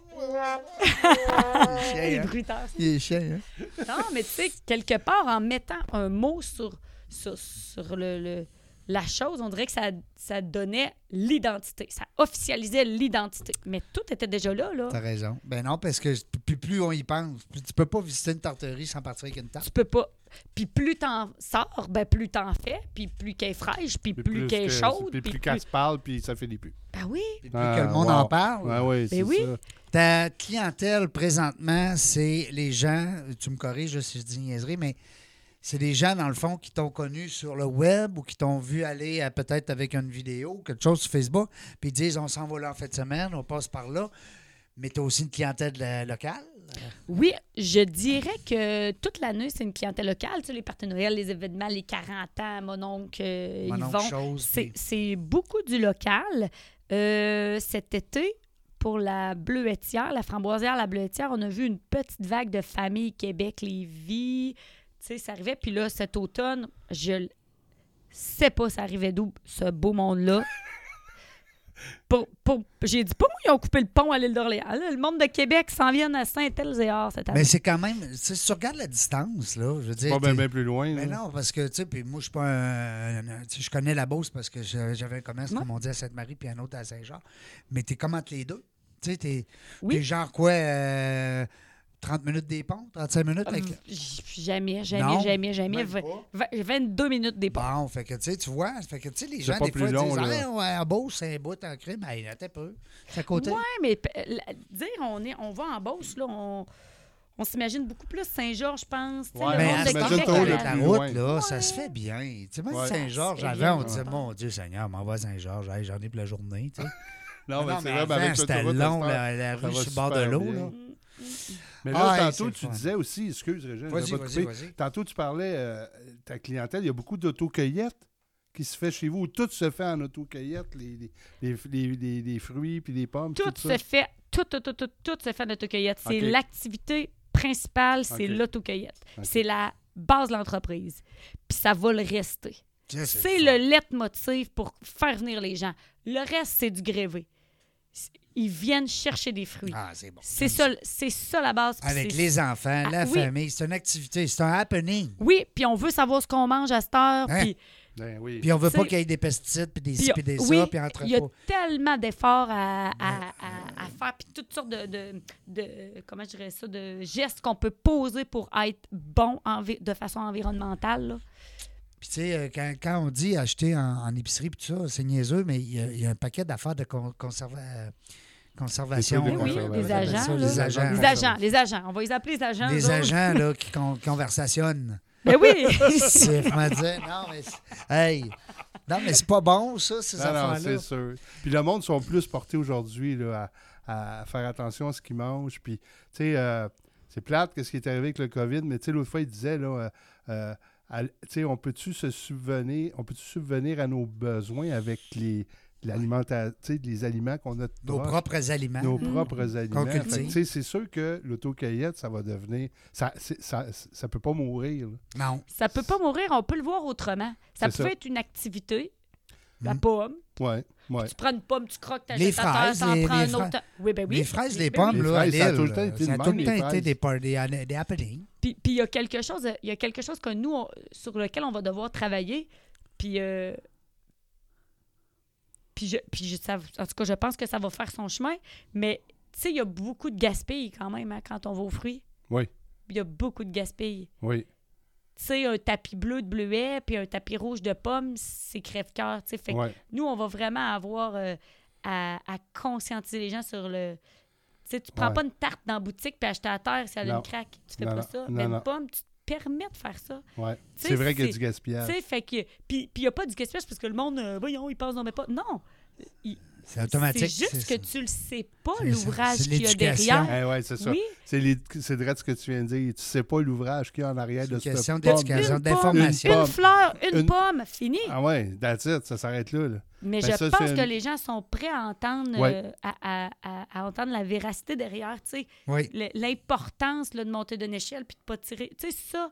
A: hein.
C: les bruiteurs.
A: Il est chiant, hein?
C: Non, mais tu sais, quelque part, en mettant un mot sur, sur, sur le, le- la chose, on dirait que ça, ça donnait l'identité. Ça officialisait l'identité. Mais tout était déjà là, là.
A: T'as raison. Ben non, parce que plus, plus on y pense, plus tu peux pas visiter une tarterie sans partir avec une tarte.
C: Tu peux pas... Puis plus t'en sors, ben plus t'en fais, puis plus qu'elle est fraîche, puis
B: Puis
C: plus qu'elle est
B: que-
C: chaude,
B: Puis
C: puis
B: plus
C: plus...
B: qu'elle se parle, puis ça fait des pubs.
C: Ben oui,
A: Puis
B: Ah,
A: que le monde
B: wow.
A: en parle.
B: Ah oui, c'est
C: Ben oui.
B: ça.
A: Ta clientèle présentement, c'est les gens, tu me corriges là, si je dis niaiserie, mais c'est des gens, dans le fond, qui t'ont connu sur le web ou qui t'ont vu aller à- peut-être avec une vidéo ou quelque chose sur Facebook, puis ils disent on s'en va là en fin de semaine, on passe par là. Mais tu as aussi une clientèle euh, locale.
C: Oui, je dirais que toute l'année, c'est une clientèle locale. Tu sais, les partenariats, les événements, les 40 ans, mon oncle, euh,
A: Mon
C: ils
A: oncle
C: vont.
A: chose,
C: C'est-
A: puis-
C: C'est beaucoup du local. Euh, cet été, pour la bleuetière, la framboisière, la bleuetière, on a vu une petite vague de familles Québec, Lévis. Tu sais, ça arrivait. Puis là, cet automne, je l- sais pas, ça arrivait d'où, ce beau monde-là. Pour- pour- J'ai dit, pas moi, ils ont coupé le pont à l'île d'Orléans. Là, Le monde de Québec s'en vient à Saint-Elzéar cette année.
A: Mais c'est quand même, tu sais, si tu regardes la distance, là, je veux dire.
B: Pas
A: t'es-
B: bien bien plus loin.
C: Mm.
A: Mais
B: là.
A: non, parce que, tu sais, puis moi, je suis pas un. un- un- tu sais, je connais la Beauce parce que je- j'avais un commerce,
C: Ouais.
A: comme on dit, à Sainte-Marie, puis un autre à Saint-Jean. Mais t'es comme entre les deux. Tu sais, t'es
C: Oui.
A: t'es genre quoi, euh, 30 minutes des ponts, 35 minutes? avec-
C: Euh. J- Jamais, jamais,
A: Non,
C: jamais, jamais.
B: même
C: V-
B: pas. Bah,
C: v- 22 minutes des pas.
A: Bon, fait que tu sais, tu vois, fait que tu sais, les gens,
B: pas
A: des
B: plus
A: fois,
B: long,
A: disent
B: là.
A: Ah, ouais, en beau, c'est un bout en crime. Ben, il y en a peu. C'est à côté.
C: Ouais, mais p- la- dire on, est, on va en Beauce, là, on, on s'imagine beaucoup plus Saint-Georges, je pense. tu sais,
B: Ouais,
C: le
A: Mais
C: monde
A: à
C: de
A: ce
B: j'imagine
C: Québec,
B: tôt,
A: temps-là,
B: le
C: euh,
A: avec la
B: plus
A: route,
B: loin.
A: là, ça se fait bien. Tu sais, même
B: Ouais.
A: Saint-Georges,
C: Ça se fait
A: avant, on
C: bien,
A: disait,
C: ouais.
A: mon Dieu Seigneur, m'envoie à Saint-Georges, hey, j'en ai pour la journée. tu sais.
B: Non, mais
A: Non,
B: Ah c'est
A: mais
B: vrai, mais
A: avant,
B: avec
A: c'était
B: l'autoroute,
A: long,
B: à cette heure,
A: la, la
B: ça
A: rue
B: va
A: sur le bord de
B: super
A: l'eau.
B: bien.
A: là.
B: Mais là,
A: Ah, hey,
B: tantôt,
A: c'est
B: tu
A: le fun.
B: disais aussi, excuse, Régine, je
A: Vas-y,
B: vais pas te
A: vas-y,
B: couper.
A: vas-y.
B: Tantôt, tu parlais, euh, ta clientèle, il y a beaucoup d'autocueillettes qui se fait chez vous. Tout se fait en autocueillette, les, les, les, les, les- les fruits puis les pommes. puis
C: Tout
B: ça.
C: se fait, tout, tout, tout, tout, tout se fait en autocueillette. C'est
B: OK.
C: l'activité principale, c'est
B: OK.
C: l'autocueillette.
B: OK.
C: C'est la base de l'entreprise. Puis ça va le rester.
A: Tu sais,
C: C'est
A: fun.
C: le leitmotiv pour faire venir les gens. Le reste, c'est du grévé. C'est- Ils viennent chercher des fruits.
A: Ah, c'est bon.
C: c'est ça, c'est ça la base. puis
A: Avec
C: c'est-
A: les enfants, la
C: Ah, oui.
A: famille, c'est une activité, c'est un happening.
C: Oui, puis on veut savoir ce qu'on mange à cette heure.
A: Hein?
C: Puis
B: Ben oui.
A: Puis on veut pas
C: C'est-
A: qu'il y ait des pesticides, puis des
C: Puis
A: ci,
C: il
A: puis des
C: y a- oui,
A: ça, puis entre
C: Il y a tellement d'efforts à, à- à- à faire, puis toutes sortes de, de- de- comment je dirais ça, de gestes qu'on peut poser pour être bon envi- de façon environnementale. là.
A: Puis tu sais, euh, quand, quand on dit acheter en, en épicerie, puis tout ça, c'est niaiseux, mais il y, a- il y a un paquet d'affaires de con- conserva- euh, conservation.
B: Des
C: Oui,
B: trucs de
A: euh,
C: Ben oui,
B: conservation.
A: comment
C: les
A: ça appelle ça,
C: agents,
A: Les
C: là.
A: agents.
C: les agents, les agents. On va les appeler les agents.
A: Les
C: eux autres.
A: agents, là, qui con- conversationnent.
C: Mais oui,
A: C'est vraiment dire, non, mais... c'est- Hey! Non, mais c'est pas bon, ça, ces
B: Non, non,
A: affaires-là.
B: c'est sûr. Puis le monde sont plus portés aujourd'hui là, à, à faire attention à ce qu'ils mangent. Puis, tu sais, euh, c'est plate qu'est-ce qui est arrivé avec le COVID, mais tu sais, l'autre fois, il disait, là, euh, euh, à- tu sais, on peut-tu se subvenir, on peut subvenir à nos besoins avec les, l'alimentation, tu sais, les aliments qu'on a de
A: Nos
B: proche,
A: propres aliments.
B: nos
C: Mmh.
B: propres aliments.
A: Qu'on cultive.
B: Fait que, tu sais, c'est sûr que l'autocueillette, ça va devenir, ça, c'est- ça, ça peut pas mourir. là.
A: Non.
C: ça peut pas mourir, on peut le voir autrement. Ça peut
B: C'est ça.
C: être une activité, la
A: Mm.
C: pomme.
B: Ouais, ouais.
C: Tu prends une pomme, tu croques ta
A: Les
C: jette à terre,
A: fraises,
C: t'en
A: les-
C: prends
A: les
C: un autre.
A: fra-
C: Oui, ben oui.
A: Les fraises, les
C: Ben oui.
A: pommes,
B: Les
A: là, à
B: fraises, ça a
A: Lille,
B: tout le temps été
A: ça a
B: de
A: tout
B: même,
A: le
B: les
A: temps été
B: fraises.
A: des, par- des, an- des happenings.
C: Puis puis il y a quelque chose, il y a quelque chose que nous, on- sur lequel on va devoir travailler. Puis euh, puis je, puis je- ça- en tout cas, je pense que ça va faire son chemin. Mais tu sais, il y a beaucoup de gaspilles quand même hein, quand on va aux fruits.
B: Oui.
C: Il y a beaucoup de gaspilles.
B: Oui.
C: Tu sais, un tapis bleu de bleuet puis un tapis rouge de pommes, c'est crève-cœur. Tu sais, fait que
B: ouais.
C: nous, on va vraiment avoir euh, à, à conscientiser les gens sur le. Tu sais, tu prends
B: Ouais.
C: pas une tarte dans la boutique puis acheter à terre si elle a
B: Non.
C: une craque. Tu fais
B: Non,
C: pas
B: non,
C: ça.
B: non,
C: Mais
B: non. Euh.
C: une pomme, tu te permets de faire ça.
B: ouais.
C: sais,
B: C'est vrai qu'il y a
C: c'est-
B: du gaspillage.
C: Tu sais, fait que. Puis il n'y a pas du gaspillage parce que le monde, euh, voyons, il pense, non, mais pas. Non! Il-
A: C'est
C: C'est
A: automatique.
C: juste
A: c'est
C: que tu le sais pas,
A: C'est- c'est-
C: l'ouvrage
A: c'est
C: qu'il y a
A: l'éducation. Euh,
C: derrière.
B: Eh ouais, c'est ça.
C: Oui,
B: C'est les- c'est vrai ce que tu viens de dire. Tu sais pas l'ouvrage qu'il y a en arrière
A: C'est
B: de
A: une
B: ce
A: question
C: Une
A: d'éducation,
C: pomme,
A: d'information.
B: une
C: une fleur, une,
B: Une-
C: pomme, fini.
B: Ah ouais, that's it, ça s'arrête là. là.
C: mais
B: ben
C: je
B: ça,
C: pense
B: c'est
C: que
B: une-
C: les gens sont prêts à entendre,
B: Ouais.
C: euh, à, à- à- à entendre la véracité derrière, tu sais.
A: Oui.
C: le- l'importance là, de monter d'une échelle puis de pas tirer. Tu sais, ça,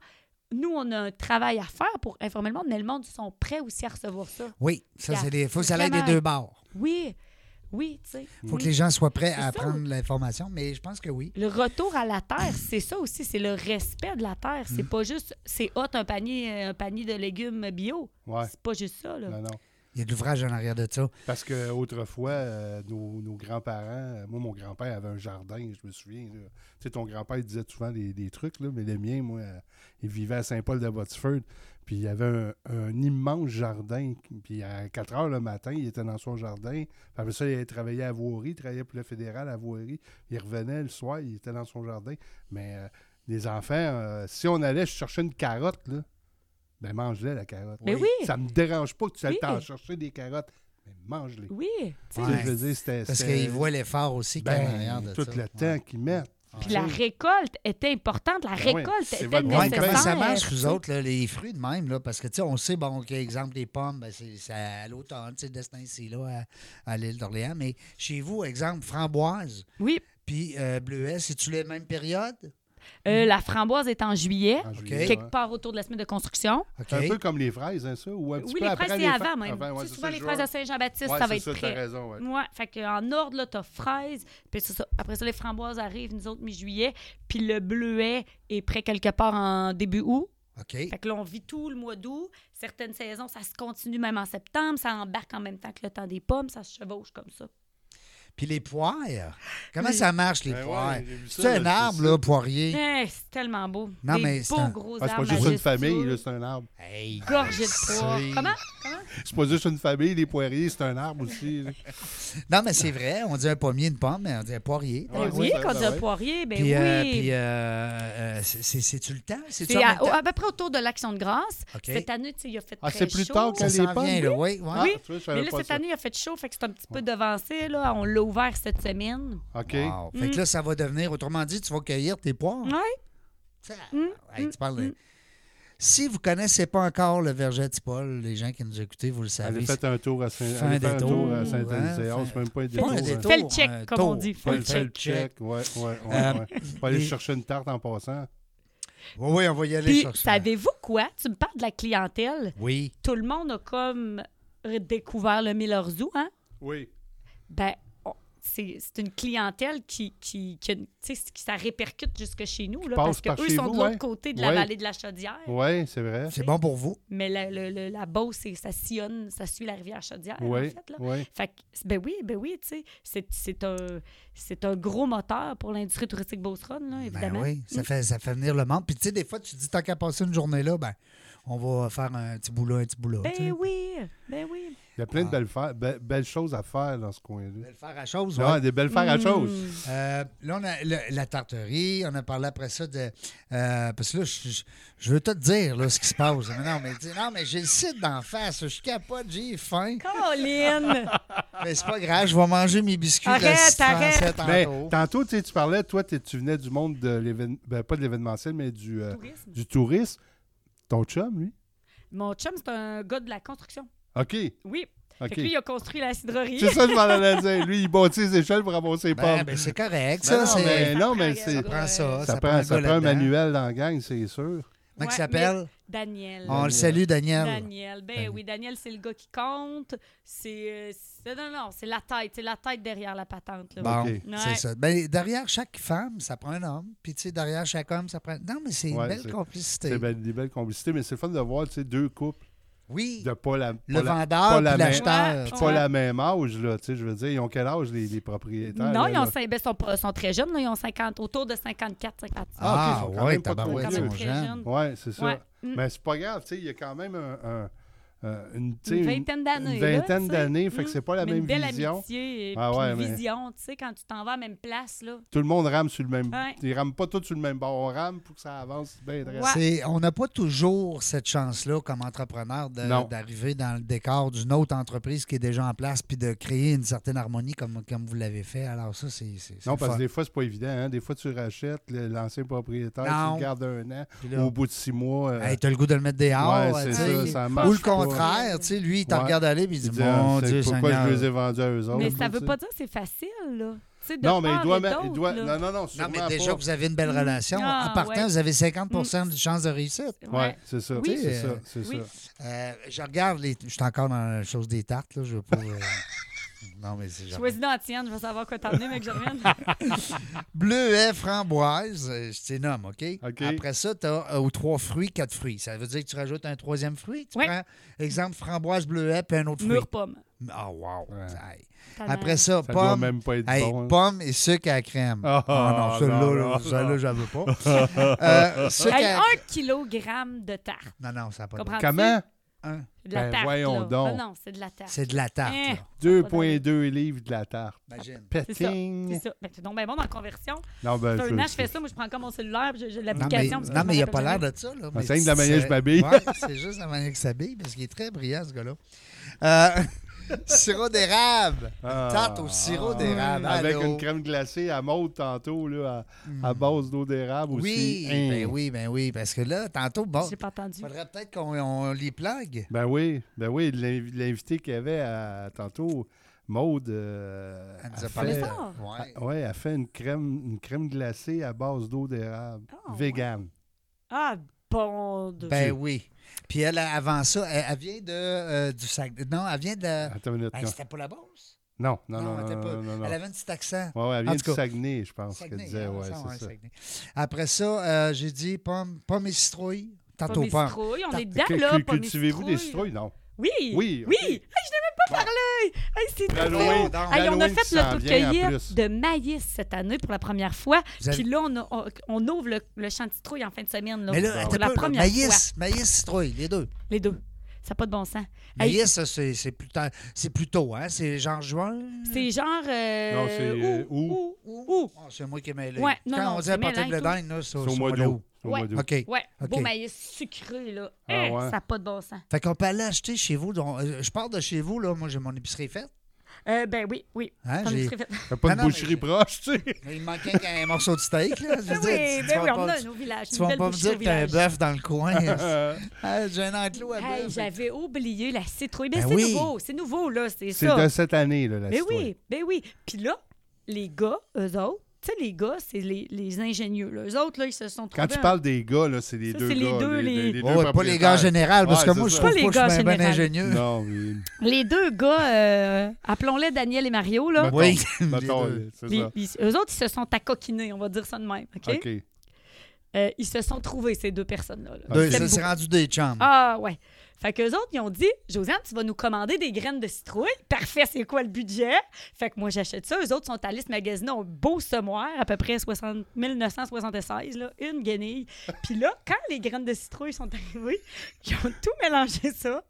C: nous, on a un travail à faire pour informer le monde, mais le monde ils sont prêts aussi à recevoir ça.
A: Oui, ça, c'est des. Il faut que ça aille
C: Vraiment.
A: des deux bords.
C: Oui, oui, tu sais.
A: Il faut que les gens soient prêts à
C: C'est ça.
A: prendre l'information, mais je pense que oui.
C: Le retour à la terre, c'est ça aussi, c'est le respect de la terre. C'est pas juste, c'est hot un panier, euh, un panier de légumes bio.
B: Ouais.
C: C'est pas juste ça, là.
B: Non, non.
A: Il y a de l'ouvrage en arrière de ça.
B: Parce que autrefois, euh, nos, nos grands-parents, euh, moi, mon grand-père avait un jardin, je me souviens. là. Tu sais, ton grand-père il disait souvent des, des trucs, là, mais le mien, moi, euh, il vivait à Saint-Paul-de-Botsford. Puis il avait un, un immense jardin. Puis à 4 heures le matin, il était dans son jardin. Puis après ça, il allait travailler à Voirie, il travaillait pour le fédéral à Voirie. Il revenait le soir, il était dans son jardin. Mais euh, les enfants, euh, si on allait chercher une carotte, là, ben mange-la, la carotte.
C: Mais Oui. oui.
B: Ça me dérange pas que tu ailles
C: Oui.
B: t'en chercher des carottes. Mais mange-les.
C: Oui, tu sais,
B: Tu sais, Je veux dire, c'était.
A: Parce
B: c'était-
A: qu'ils voient l'effort aussi qu'il y a en arrière
B: ben,
A: de
B: tout
A: ça. Ah.
B: le temps qu'ils mettent.
C: puis la récolte était importante, la
B: Ben oui,
C: récolte
B: c'est
C: était
B: votre
A: Ouais,
C: nécessaire.
A: comment ça marche, vous autres, là, les fruits de même? Là, parce que, tu sais, on sait, bon, exemple, les pommes, ben, c'est c'est à l'automne, c'est destin ici, là, à, à l'île d'Orléans. Mais chez vous, exemple, framboise,
C: Oui,
A: puis euh, bleuet, c'est-tu les mêmes périodes?
C: euh, la framboise est en juillet,
B: en
A: Ok.
B: juillet,
C: quelque
B: ouais.
C: part autour de la semaine de construction.
A: OK.
B: C'est un peu comme les fraises, hein, ça? Ou un petit
C: Oui,
B: peu
C: les
B: après
C: fraises, c'est
B: les fa- Ah,
C: avant même.
B: ouais,
C: Tu sais,
B: c'est
C: souvent,
B: ça,
C: les
B: je-
C: fraises à Saint-Jean-Baptiste,
B: ouais,
C: ça
B: c'est
C: va être
B: t'as
C: prêt.
B: raison, ouais. Ah,
C: Ouais, fait que en ordre, là, t'as fraises, puis c'est ça. Après ça, les framboises arrivent, nous autres, mi-juillet, puis le bleuet est prêt quelque part en début août.
A: OK.
C: Fait que là, on vit tout le mois d'août. Certaines saisons, ça se continue même en septembre, ça embarque en même temps que le temps des pommes, ça se chevauche comme ça.
A: Puis les poires, comment
C: Oui.
A: ça marche, les
B: Ben ouais,
A: poires?
B: j'ai vu ça,
A: c'est un
B: là,
A: arbre,
B: c'est ça.
A: là, poirier.
C: Eh, c'est tellement beau.
A: Non,
C: Des
A: mais c'est
C: beaux
A: un-
C: gros
B: Ah, c'est pas
C: arbres
B: juste une
C: majestueux,
B: famille, là, c'est un arbre.
A: Hey,
C: Gorgé de poids.
A: c'est-
C: Comment? Comment?
B: C'est pas juste une famille, les poiriers, c'est un arbre aussi. là.
A: Non, mais c'est vrai, on dit un pommier, une pomme, mais on dit un poirier.
B: Ouais,
C: Ben oui,
B: ouais,
C: quand
B: ben
C: tu as
B: ouais.
C: poirier, ben
A: puis,
C: oui.
A: euh, puis, euh, euh, c'est- c'est- c'est-tu le temps? C'est-tu
C: C'est
A: en
C: à,
A: même temps?
C: au- à peu près autour de l'Action de grâce.
A: OK.
C: Cette année, tu sais, il a fait
B: Ah,
C: très
B: c'est plus
C: chaud.
B: tard que
A: Ça
B: les
A: s'en
B: pommes.
A: vient, là, oui. ouais.
B: Ah,
C: Oui.
B: tu vois, je savais
C: Mais là,
B: pas
C: cette
B: ça.
C: année, il a fait chaud, fait que c'est un petit peu devancé. Là. On l'a ouvert cette semaine.
B: OK.
A: Wow.
C: Mm.
A: Fait que là, ça va devenir, autrement dit, tu vas cueillir tes poires.
C: Oui.
A: Ça-
C: Mm.
A: Hey, tu parles de- Si vous ne connaissez pas encore le verger de Paul, les gens qui nous écoutez, vous le savez.
B: Allez, faites un tour à saint
A: Fin
B: allez
A: des
B: faire un tour à
A: tours,
B: Saint-Anicéas.
A: hein,
B: c'est même pas
A: c'est pas
B: un détour.
A: un
B: hein.
A: détour,
C: Fais le check,
A: un
C: comme
A: tour.
C: on dit, fais
B: Ouais,
C: le
B: fais
C: check.
B: Ouais, ouais, ouais.
A: Euh,
B: ouais. Faut aller
A: les-
B: chercher une tarte en passant.
A: Oui, oui, on va y aller
C: Puis,
A: sur ça.
C: savez-vous quoi? Tu me parles de la clientèle.
A: Oui.
C: Tout le monde a comme redécouvert le Miller Zoo, hein?
B: Oui.
C: Ben, on- c'est c'est une clientèle qui, qui, qui a une- tu sais, qui- ça répercute jusque chez nous, là,
B: passe
C: parce que
B: par
C: eux
B: chez
C: sont
B: vous,
C: de l'autre
B: ouais.
C: côté de la
B: Ouais.
C: vallée de la Chaudière.
B: Oui, c'est vrai.
A: C'est bon pour vous.
C: Mais la, le- le- la Beauce, c'est- ça sillonne, ça suit la rivière Chaudière, en
B: Oui,
C: fait. Là.
B: oui.
C: Fait que, ben oui, ben oui, tu sais, c'est- c'est un, c'est un gros moteur pour l'industrie touristique Beauceronne, là,
A: Ben
C: évidemment.
A: oui, ça fait, ça fait venir le monde. Puis tu sais, des fois, tu te dis, tant qu'à passer une journée là, ben, on va faire un petit boulot, un petit boulot. tu sais.
C: Ben oui, ben oui.
B: Il y a plein de belles, fa- be- belles choses à faire dans ce coin-là.
A: Belle faire à chose, ouais.
B: Ouais, des belles faire à
C: Mmh.
B: choses.
A: Euh, là, on a le- la tarterie, on a parlé après ça de. euh, parce que là, je, je- je veux tout te dire là, ce qui se passe. Mais non, mais, dis- non, mais j'ai le site d'en face. Je capote, j'ai faim.
C: Colin!
A: Mais c'est pas grave, je vais manger mes biscuits de la
C: Arrête,
A: Cité
C: arrête.
A: Française
B: Mais
A: tantôt. Ben,
B: tantôt, tu sais, tu parlais, toi, t'es- tu venais du monde de l'événement, pas de l'événementiel, mais du, euh,
C: Tourisme.
B: du tourisme. Ton chum, lui?
C: Mon chum, c'est un gars de la construction.
B: OK,
C: Oui. Fait
B: OK.
C: que lui, il a construit la
B: C'est
C: cidrerie.
B: ça que je m'en allais dire. Lui, il bâtit ses échelles pour ramasser ses
A: Ben,
B: pommes.
A: ben, c'est correct,
B: Ben
A: ça.
B: non,
A: c'est-
B: mais- non, mais
C: prend,
B: c'est-
A: Ça
C: euh,
A: prend ça.
B: ça,
A: ça
B: prend,
A: un
B: ça
A: gars
B: prend un
A: là-dedans.
B: manuel dans la gang, c'est sûr.
A: Comment il
C: Ouais,
A: s'appelle?
C: Daniel.
A: On le salue, Daniel.
C: Daniel. Ben oui, Daniel, c'est le gars qui compte. C'est. euh, c'est- Non, non, c'est la tête. C'est la tête derrière la patente. Là.
A: Bon,
B: Ok.
A: c'est
C: Ouais.
A: ça. Ben, derrière chaque femme, ça prend un homme. Puis, tu sais, derrière chaque homme, ça prend. Non, mais c'est une
B: Ouais,
A: belle
B: c'est-
A: complicité.
B: C'est ben- des belles complicités, mais c'est le fun de voir tu sais, deux couples
A: Oui,
B: de pas la, pas
A: le
B: la-
A: vendeur
B: pas
A: puis
B: la main-
A: l'acheteur.
C: Ouais.
A: tu sais.
B: pas la même âge. Là, tu sais, je veux dire, ils ont quel âge, les, les propriétaires?
C: Non,
B: là,
C: ils ont
B: là?
C: cin- ben, sont, pas- sont très jeunes. là. Ils ont 50, autour de 54, 55.
A: Ah,
B: Ah, ok, ils sont quand
A: ouais,
B: même pas
A: tabarouette,
B: trop
A: ils sont
C: vieux.
A: jeunes.
B: Ouais, c'est ça.
C: Ouais. Mm.
B: Mais c'est pas grave, tu sais, il y a quand même un- un- un- une, tu sais,
C: Une vingtaine d'années.
B: Une
C: là,
B: vingtaine
C: tu sais.
B: d'années, fait que
C: Mm.
B: c'est pas la
C: Mais
B: même
C: une belle
B: vision.
C: amitié et
B: Ah
C: puis
B: ouais,
C: une
B: mais-
C: vision, tu sais, quand tu t'en vas à la même place, là.
B: Tout le monde rame sur le même.
C: Ouais.
B: Ils rament pas tous sur le même bord. On rame pour que ça avance bien. très-
C: Ouais.
A: C'est- on n'a pas toujours cette chance-là comme entrepreneur de-
B: Non.
A: d'arriver dans le décor d'une autre entreprise qui est déjà en place puis de créer une certaine harmonie comme, comme vous l'avez fait. Alors ça, c'est c'est- c'est
B: Non, parce
A: fun.
B: que des fois, c'est pas évident. hein. Des fois, tu rachètes le- l'ancien propriétaire,
A: Non.
B: tu le gardes un an.
A: Puis là,
B: Au bout de six mois, euh,
A: hey, t'as le goût de le mettre dehors. euh,
B: ouais,
A: tu
B: c'est
A: sais.
B: ça, ça marche.
A: Ou le
B: pas.
A: contraire, tu sais, lui, il te
B: Ouais.
A: regarde aller puis il
B: Tu
A: dit,
B: dis, ah,
A: mon
B: c'est
A: Dieu
B: pourquoi
A: Seigneur.
B: je les ai vendus à eux autres.
C: Mais ça
B: Ah tu
C: veut
B: sais.
C: pas dire que c'est facile, là. Tu sais, de
B: Non, mais il
C: part
B: doit,
C: et
B: mettre- il
C: d'autre,
B: doit.
C: là.
B: Non, non, non,
A: Non,
B: sûrement
A: mais déjà
B: pas.
A: que vous avez une belle relation.
C: Ah,
A: en partant,
C: ouais.
A: vous avez 50 de chance de réussite.
B: Ouais, c'est ça.
C: Oui.
B: C'est ça. C'est
C: Oui.
B: ça.
A: Euh, je regarde les. Je suis encore dans la chose des tartes, là. Je veux pas. euh, non, mais c'est genre.
C: Choisis dans la tienne, je vais savoir quoi t'emmener, mais que je revienne.
A: Bleuet, framboise, euh, je t'ai nomme, OK?
B: OK.
A: Après ça, tu as aux trois fruits, quatre fruits. Ça veut dire que tu rajoutes un troisième fruit. Tu
C: Ouais.
A: prends, exemple, framboise, bleuet, puis un autre fruit.
C: Mûre pomme.
A: Ah, wow.
B: Ouais.
A: Aïe. Après ça,
B: Ça doit
A: pomme,
B: même pas être
A: Hey,
B: bon. hein.
A: pomme et sucre à la crème.
B: Ah,
A: non, non,
B: non,
A: celui-là, là,
B: non,
A: celui-là, j'en veux pas. Euh, sucre
C: Hey,
A: à-
C: un kilogramme de tarte.
A: Non, non, ça n'a pas de bon.
C: Comprends-
B: Comment?
A: Un.
C: De la
B: Ben,
C: tarte.
B: voyons
C: là. Ah
B: donc.
C: Non, non, c'est de la tarte.
A: C'est de la tarte,
C: Eh.
A: là.
B: 2,2 livres de la tarte.
A: Imagine.
C: C'est ça.
B: Petting.
C: C'est ça. Ben, c'est donc ben bon dans la conversion.
B: Non, ben,
C: Fait
B: je-
C: un an, je fais ça. Moi, je prends comme mon cellulaire, puis j'ai j'ai
A: Non, mais,
C: l'application. parce que
A: non,
C: je
A: mais il n'y a
C: me
A: pas l'air
C: rappelle
A: de ça. Là, mais
B: c'est de la manière que je m'habille.
A: Ouais, c'est juste la manière que je s'habille, parce qu'il est très brillant, ce gars-là. Euh, sirop d'érable.
B: Ah.
A: Tarte au sirop d'érable.
B: Avec
A: allô. Mm.
B: une crème glacée à maude tantôt, là, à, à base d'eau d'érable
A: Oui,
B: aussi. Hein.
A: ben oui, ben oui, parce que là, tantôt,
C: jamais.
A: bon,
C: J'ai pas entendu.
A: faudrait peut-être qu'on on les plague.
B: Ben oui, ben oui, l'inv- l'invité qu'il y avait à- tantôt, Maude, euh,
A: Elle nous
B: a
A: a parlé
B: fait,
A: de-
C: Ah.
A: Ouais.
B: a- ouais, elle fait une crème, une crème glacée à base d'eau d'érable,
C: Ah,
B: vegan.
C: Ah, bon. de-
A: Ben oui. Puis elle, avant ça, elle, elle vient de, euh, du sac. Non, elle vient de.
B: Attends une minute.
A: Ben,
B: Ah, non.
A: c'était pas la bourse?
B: non, non, non, non,
A: était
B: non,
A: pas-
B: non, non, non.
A: Elle avait un petit accent.
B: Ouais, ouais, elle
A: En
B: vient
A: tout
B: du
A: cas,
B: Saguenay, je pense qu'elle
A: Saguenay,
B: disait,
A: hein,
B: ouais,
A: ça, ouais,
B: c'est ça.
A: Saguenay. Après ça, euh, j'ai dit pomme, pomme et citrouille.
C: Pas
A: Tantôt
C: mes
A: pomme.
C: citrouilles, On
A: Tarte-
C: est dedans,
B: Que-
C: Ah, là.
B: que-
C: pas mes
B: Cultivez-vous des
C: citrouilles.
B: citrouilles? Non.
C: Oui!
B: Oui,
C: Oui!
B: ok.
C: Hey, je n'ai même pas parlé! Hey, c'est trop
B: L'Halloween-
C: beau. Hey, on a
B: l'Halloween
C: fait
B: qui
C: le
B: s'en
C: tour de
B: vient en
C: cueillette
B: plus.
C: de maïs cette année pour la première fois.
A: Vous avez-
C: Puis là, on, a- on- on ouvre le, le champ de citrouille en fin de semaine. Là,
A: Mais là,
C: pour
A: attends
C: la
A: un peu, là.
C: première fois.
A: maïs, maïs, citrouille, les deux.
C: Les deux. Ça n'a pas de bon sens. Hey,
A: Maïs, ça, c'est c'est plus, tard- c'est plus tôt, hein? C'est genre juin?
C: c'est genre. euh,
B: Non, c'est,
C: où,
B: euh,
C: où, où.
A: Oh, c'est moi qui ai mêlé.
C: Ouais, non,
A: Quand
C: non,
A: on dit
C: c'est
A: à partir
C: mêlant
A: de
C: et tout.
A: dingue, là, c'est au
B: C'est au mois
A: c'est au
B: d'août.
A: mois
B: C'est au mois
C: Ouais.
B: d'août.
A: OK.
C: Ouais, beau
A: Ok.
C: maïs sucré, là.
B: Ah
C: Hein,
B: ouais.
C: Ça n'a pas de bon sens.
A: Fait qu'on peut aller acheter chez vous. donc, euh, je pars de chez vous, là. Moi, j'ai mon épicerie faite.
C: Euh, ben oui, oui.
A: Hein,
C: Ton
A: j'ai-
C: épicerie faite.
B: T'as pas
A: Non,
B: de
A: non, mais
B: boucherie
A: je-
B: proche, tu sais.
A: Mais Il me manquait qu'un morceau de steak, là. Je veux dire,
C: Ben
A: tu,
C: oui,
A: tu
C: ben oui,
A: vas
C: on
A: pas,
C: a nos villages.
A: tu
C: une
A: vas
C: belle
A: pas me
C: boucherie
A: dire que t'as un
C: village.
A: bœuf dans le coin. Ah, j'ai un enclos à
C: Hey,
A: bœuf.
C: j'avais oublié la citrouille. Ben,
A: Ben
C: c'est
A: oui.
C: nouveau, c'est nouveau, là, c'est
B: C'est de
C: ça.
B: cette année, là, la
C: Ben
B: citrouille.
C: oui, ben oui. Puis là, les gars, eux autres, tu sais, les gars, c'est les, les ingénieux. Là. Eux autres, là, ils se sont
B: Quand
C: trouvés...
B: tu
C: un-
B: parles des gars, là, c'est les
C: Ça,
B: deux
C: c'est les
B: gars.
C: deux, les-
A: Ouais, pas les gars en général, parce
B: Ouais,
A: que moi,
B: c'est
A: je
B: ça.
A: trouve
C: Pas les
A: pas que je
C: gars
A: suis un bon
C: général.
A: ingénieux.
B: Non, mais.
C: Les deux gars, euh, appelons-les Daniel et Mario, là.
B: mettons,
A: Oui.
B: mettons, euh,
A: Les deux.
B: c'est
C: Les-
B: ça.
C: ils- eux autres, ils se sont accoquinés, on va dire ça de même, OK?
B: OK.
C: Euh, ils se sont trouvés, ces deux personnes-là. là.
A: Deux,
B: Ok.
A: ça s'est rendu des chums.
C: Ah, ouais. Fait qu'eux autres, ils ont dit, Josiane, tu vas nous commander des graines de citrouille. Parfait, c'est quoi le budget? Fait que moi, j'achète ça. Eux autres sont allés se magasiner au beau semoir, à peu près 60 1976, là, une guenille. Puis là, quand les graines de citrouille sont arrivées, ils ont tout mélangé ça.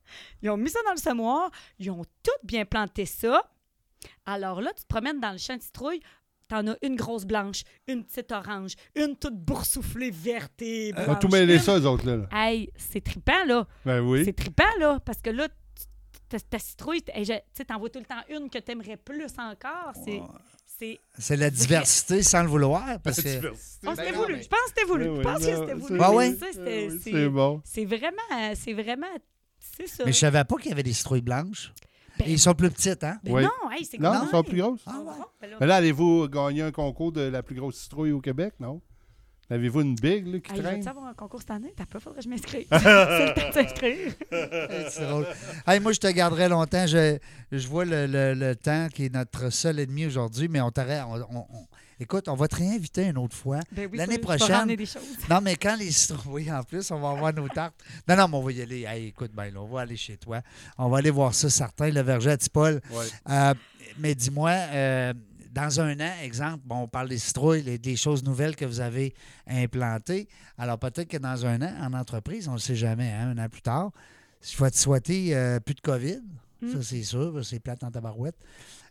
C: Ils ont mis ça dans le semoir. Ils ont tout bien planté ça. Alors là, tu te promènes dans le champ de citrouille. T'en as une grosse blanche, une petite orange, une toute boursouflée verte et
B: On va
C: blanche,
B: tout mêler
C: une-
B: ça, eux autres, là. là.
C: Hey, c'est trippant, là.
B: Ben oui.
C: C'est trippant, là, parce que là, tu- ta, ta citrouille, t- hey, je- tu sais, t'en vois tout le temps une que t'aimerais plus encore. C'est. c'est-
A: C'est la diversité sans le vouloir. Parce
B: C'est
A: que...
B: diversité.
C: Oh, c'était
A: ben,
C: voulu.
A: ben,
C: Je pense que c'était voulu.
B: Ben
C: Je pense
B: oui,
C: que
B: ben,
C: c'était
B: c'est-
C: voulu.
A: Ah ouais?
C: Ça, c'était-
B: Ben oui,
C: c'est-
B: C'est bon.
C: C'est vraiment. C'est vraiment. C'est ça.
A: Mais je savais pas qu'il y avait des citrouilles blanches.
C: Ben-
A: Et ils sont plus petites, hein?
C: Ben
B: Oui.
C: non, hey, c'est
B: Non,
C: grand,
B: ils sont
C: hey.
B: plus grosses.
A: Ah ouais.
C: Ben là,
B: Mais là, allez-vous gagner un concours de la plus grosse citrouille au Québec, non? Avez-vous une big là, qui
C: hey, je vais-tu
B: traîne?
C: avoir un concours cette année? T'as pas, faudrait que je m'inscrive. c'est le temps de s'inscrire.
A: Hey, C'est drôle. Hey, moi, je te garderai longtemps. Je, je vois le, le- le temps qui est notre seul ennemi aujourd'hui, mais on t'aurait. on- on- on- Écoute, on va te réinviter une autre fois.
C: Ben oui,
A: L'année
C: faut- faut
A: prochaine-
C: ramener des choses.
A: Non, mais quand les citrouilles, en plus, on va avoir nos tartes. Non, non, mais on va y aller. Hey, écoute, ben, là, on va aller chez toi. On va aller voir ça, certain, le verger à Tipol.
B: Ouais.
A: Euh, mais dis-moi, euh, dans un an, exemple, bon, on parle des citrouilles, les- des choses nouvelles que vous avez implantées. Alors peut-être que dans un an, en entreprise, on ne sait jamais, hein, un an plus tard, je vais te souhaiter euh, plus de COVID. Ça, c'est sûr, c'est plate en tabarouette.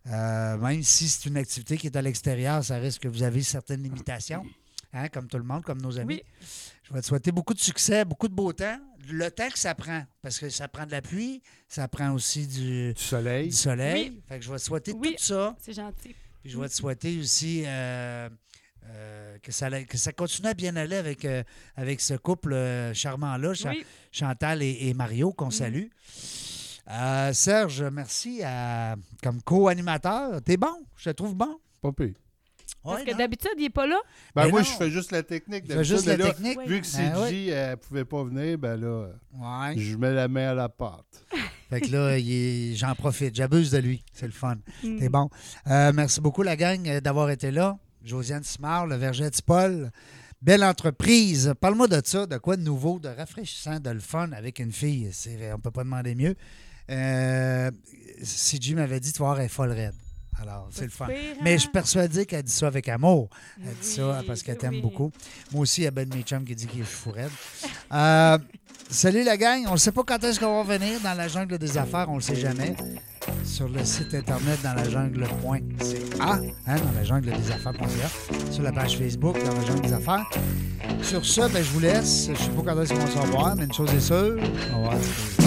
A: Euh, même si c'est une activité qui est à l'extérieur, ça risque que vous avez certaines limitations, hein, comme tout le monde, comme nos amis.
C: Oui.
A: Je vais te souhaiter beaucoup de succès, beaucoup de beau temps. Le temps que ça prend, parce que ça prend de la pluie, ça prend aussi du,
B: Du soleil.
A: du soleil.
C: Oui.
A: Fait que je vais te souhaiter
C: Oui.
A: tout ça.
C: C'est gentil.
A: Puis je vais te souhaiter aussi euh, euh, que, ça, allait- que ça continue à bien aller avec, euh, avec ce couple euh, charmant-là, Cha-
C: Oui. Mhm.
A: Chantal et, et Mario, qu'on salue. Euh, Serge, merci à- comme co-animateur. T'es bon, je te trouve bon.
B: Pas pire.
C: Parce
A: Ouais,
C: que
A: non?
C: d'habitude, il est pas là.
B: Ben
A: Mais
B: moi,
A: non.
B: je fais juste la technique.
A: Tu fais juste la
B: d'habitude, mais là,
A: technique.
B: Vu que
A: Ben
B: CG, elle pouvait pas venir, ben là,
A: Ouais.
B: je mets la main à la pâte.
A: Fait que là, il est- j'en profite. J'abuse de lui. C'est le fun. T'es bon. Euh, merci beaucoup, la gang, euh, d'avoir été là. Josiane Simard, le Verget Paul. Belle entreprise. Parle-moi de ça. De quoi de nouveau, de rafraîchissant, de le fun avec une fille. C'est- on peut pas demander mieux. Euh, CJ m'avait dit, tu vas voir, elle est folle raide. Alors, c'est le fun.
C: pire, hein?
A: Mais je suis persuadé qu'elle dit ça avec amour. Elle dit ça ah,
C: Oui,
A: parce qu'elle
C: oui.
A: t'aime beaucoup. Moi aussi, il y a Ben de mes chums qui dit qu'il est fou raide. Euh, salut la gang. On ne sait pas quand est-ce qu'on va venir dans la jungle des affaires. On ne le sait jamais. Sur le site internet dans la jungle.ca, hein, dans la jungle des affaires.ca, sur la page Facebook dans la jungle des affaires. Sur ce, ben, je vous laisse. Je ne sais pas quand est-ce qu'on va se revoir, mais une chose est sûre, on va avoir du plaisir.